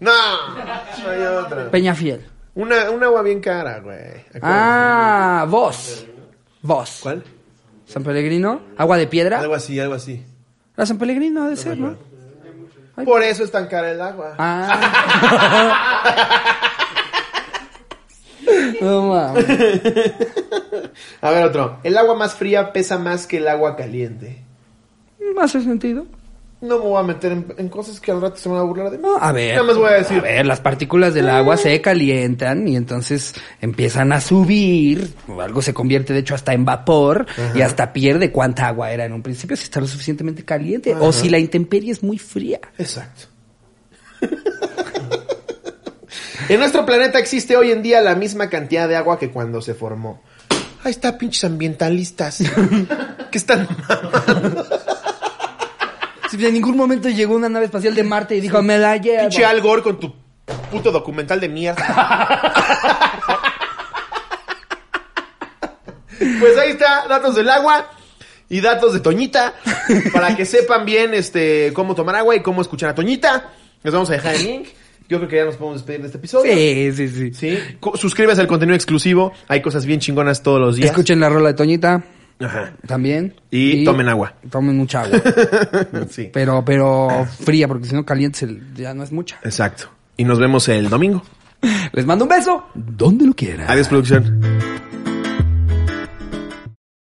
S2: No. Ah, No hay otra.
S1: Peñafiel.
S2: Una, un agua bien cara, güey.
S1: Ah, vos. Vos.
S2: ¿Cuál?
S1: ¿San Pellegrino? ¿Agua de piedra?
S2: Algo así, algo así.
S1: La San Pellegrino ha de ser, ¿no? Ay.
S2: Por eso es tan cara el agua.
S1: Ah. no mames.
S2: A ver, otro. El agua más fría pesa más que el agua caliente.
S1: ¿Hace sentido?
S2: No me voy a meter en, en cosas que al rato se me van a burlar de mí.
S1: No, a Eh. ver.
S2: Nada más voy a decir.
S1: ver, las partículas del agua se calientan y entonces empiezan a subir. o Algo se convierte, de hecho, hasta en vapor y hasta pierde cuánta agua era en un principio si está lo suficientemente caliente o si la intemperie es muy fría.
S2: Exacto. en nuestro planeta existe hoy en día la misma cantidad de agua que cuando se formó. Ahí está, pinches ambientalistas. que están
S1: Si en ningún momento llegó una nave espacial de Marte y dijo, me la llevo.
S2: Pinche Al Gore con tu puto documental de mierda. pues ahí está, datos del agua y datos de Toñita. Para que sepan bien este cómo tomar agua y cómo escuchar a Toñita. Les vamos a dejar el link. Yo creo que ya nos podemos despedir de este episodio.
S1: Sí, sí, sí.
S2: Sí. Cu- Suscríbase al contenido exclusivo. Hay cosas bien chingonas todos los días.
S1: Escuchen la rola de Toñita
S2: Ajá.
S1: también.
S2: Y tomen agua.
S1: Tomen mucha agua.
S2: Sí.
S1: pero, pero fría, porque si no caliente se- ya no es mucha.
S2: Exacto. Y nos vemos el domingo.
S1: Les mando un beso. Donde lo quieran.
S2: Adiós, producción.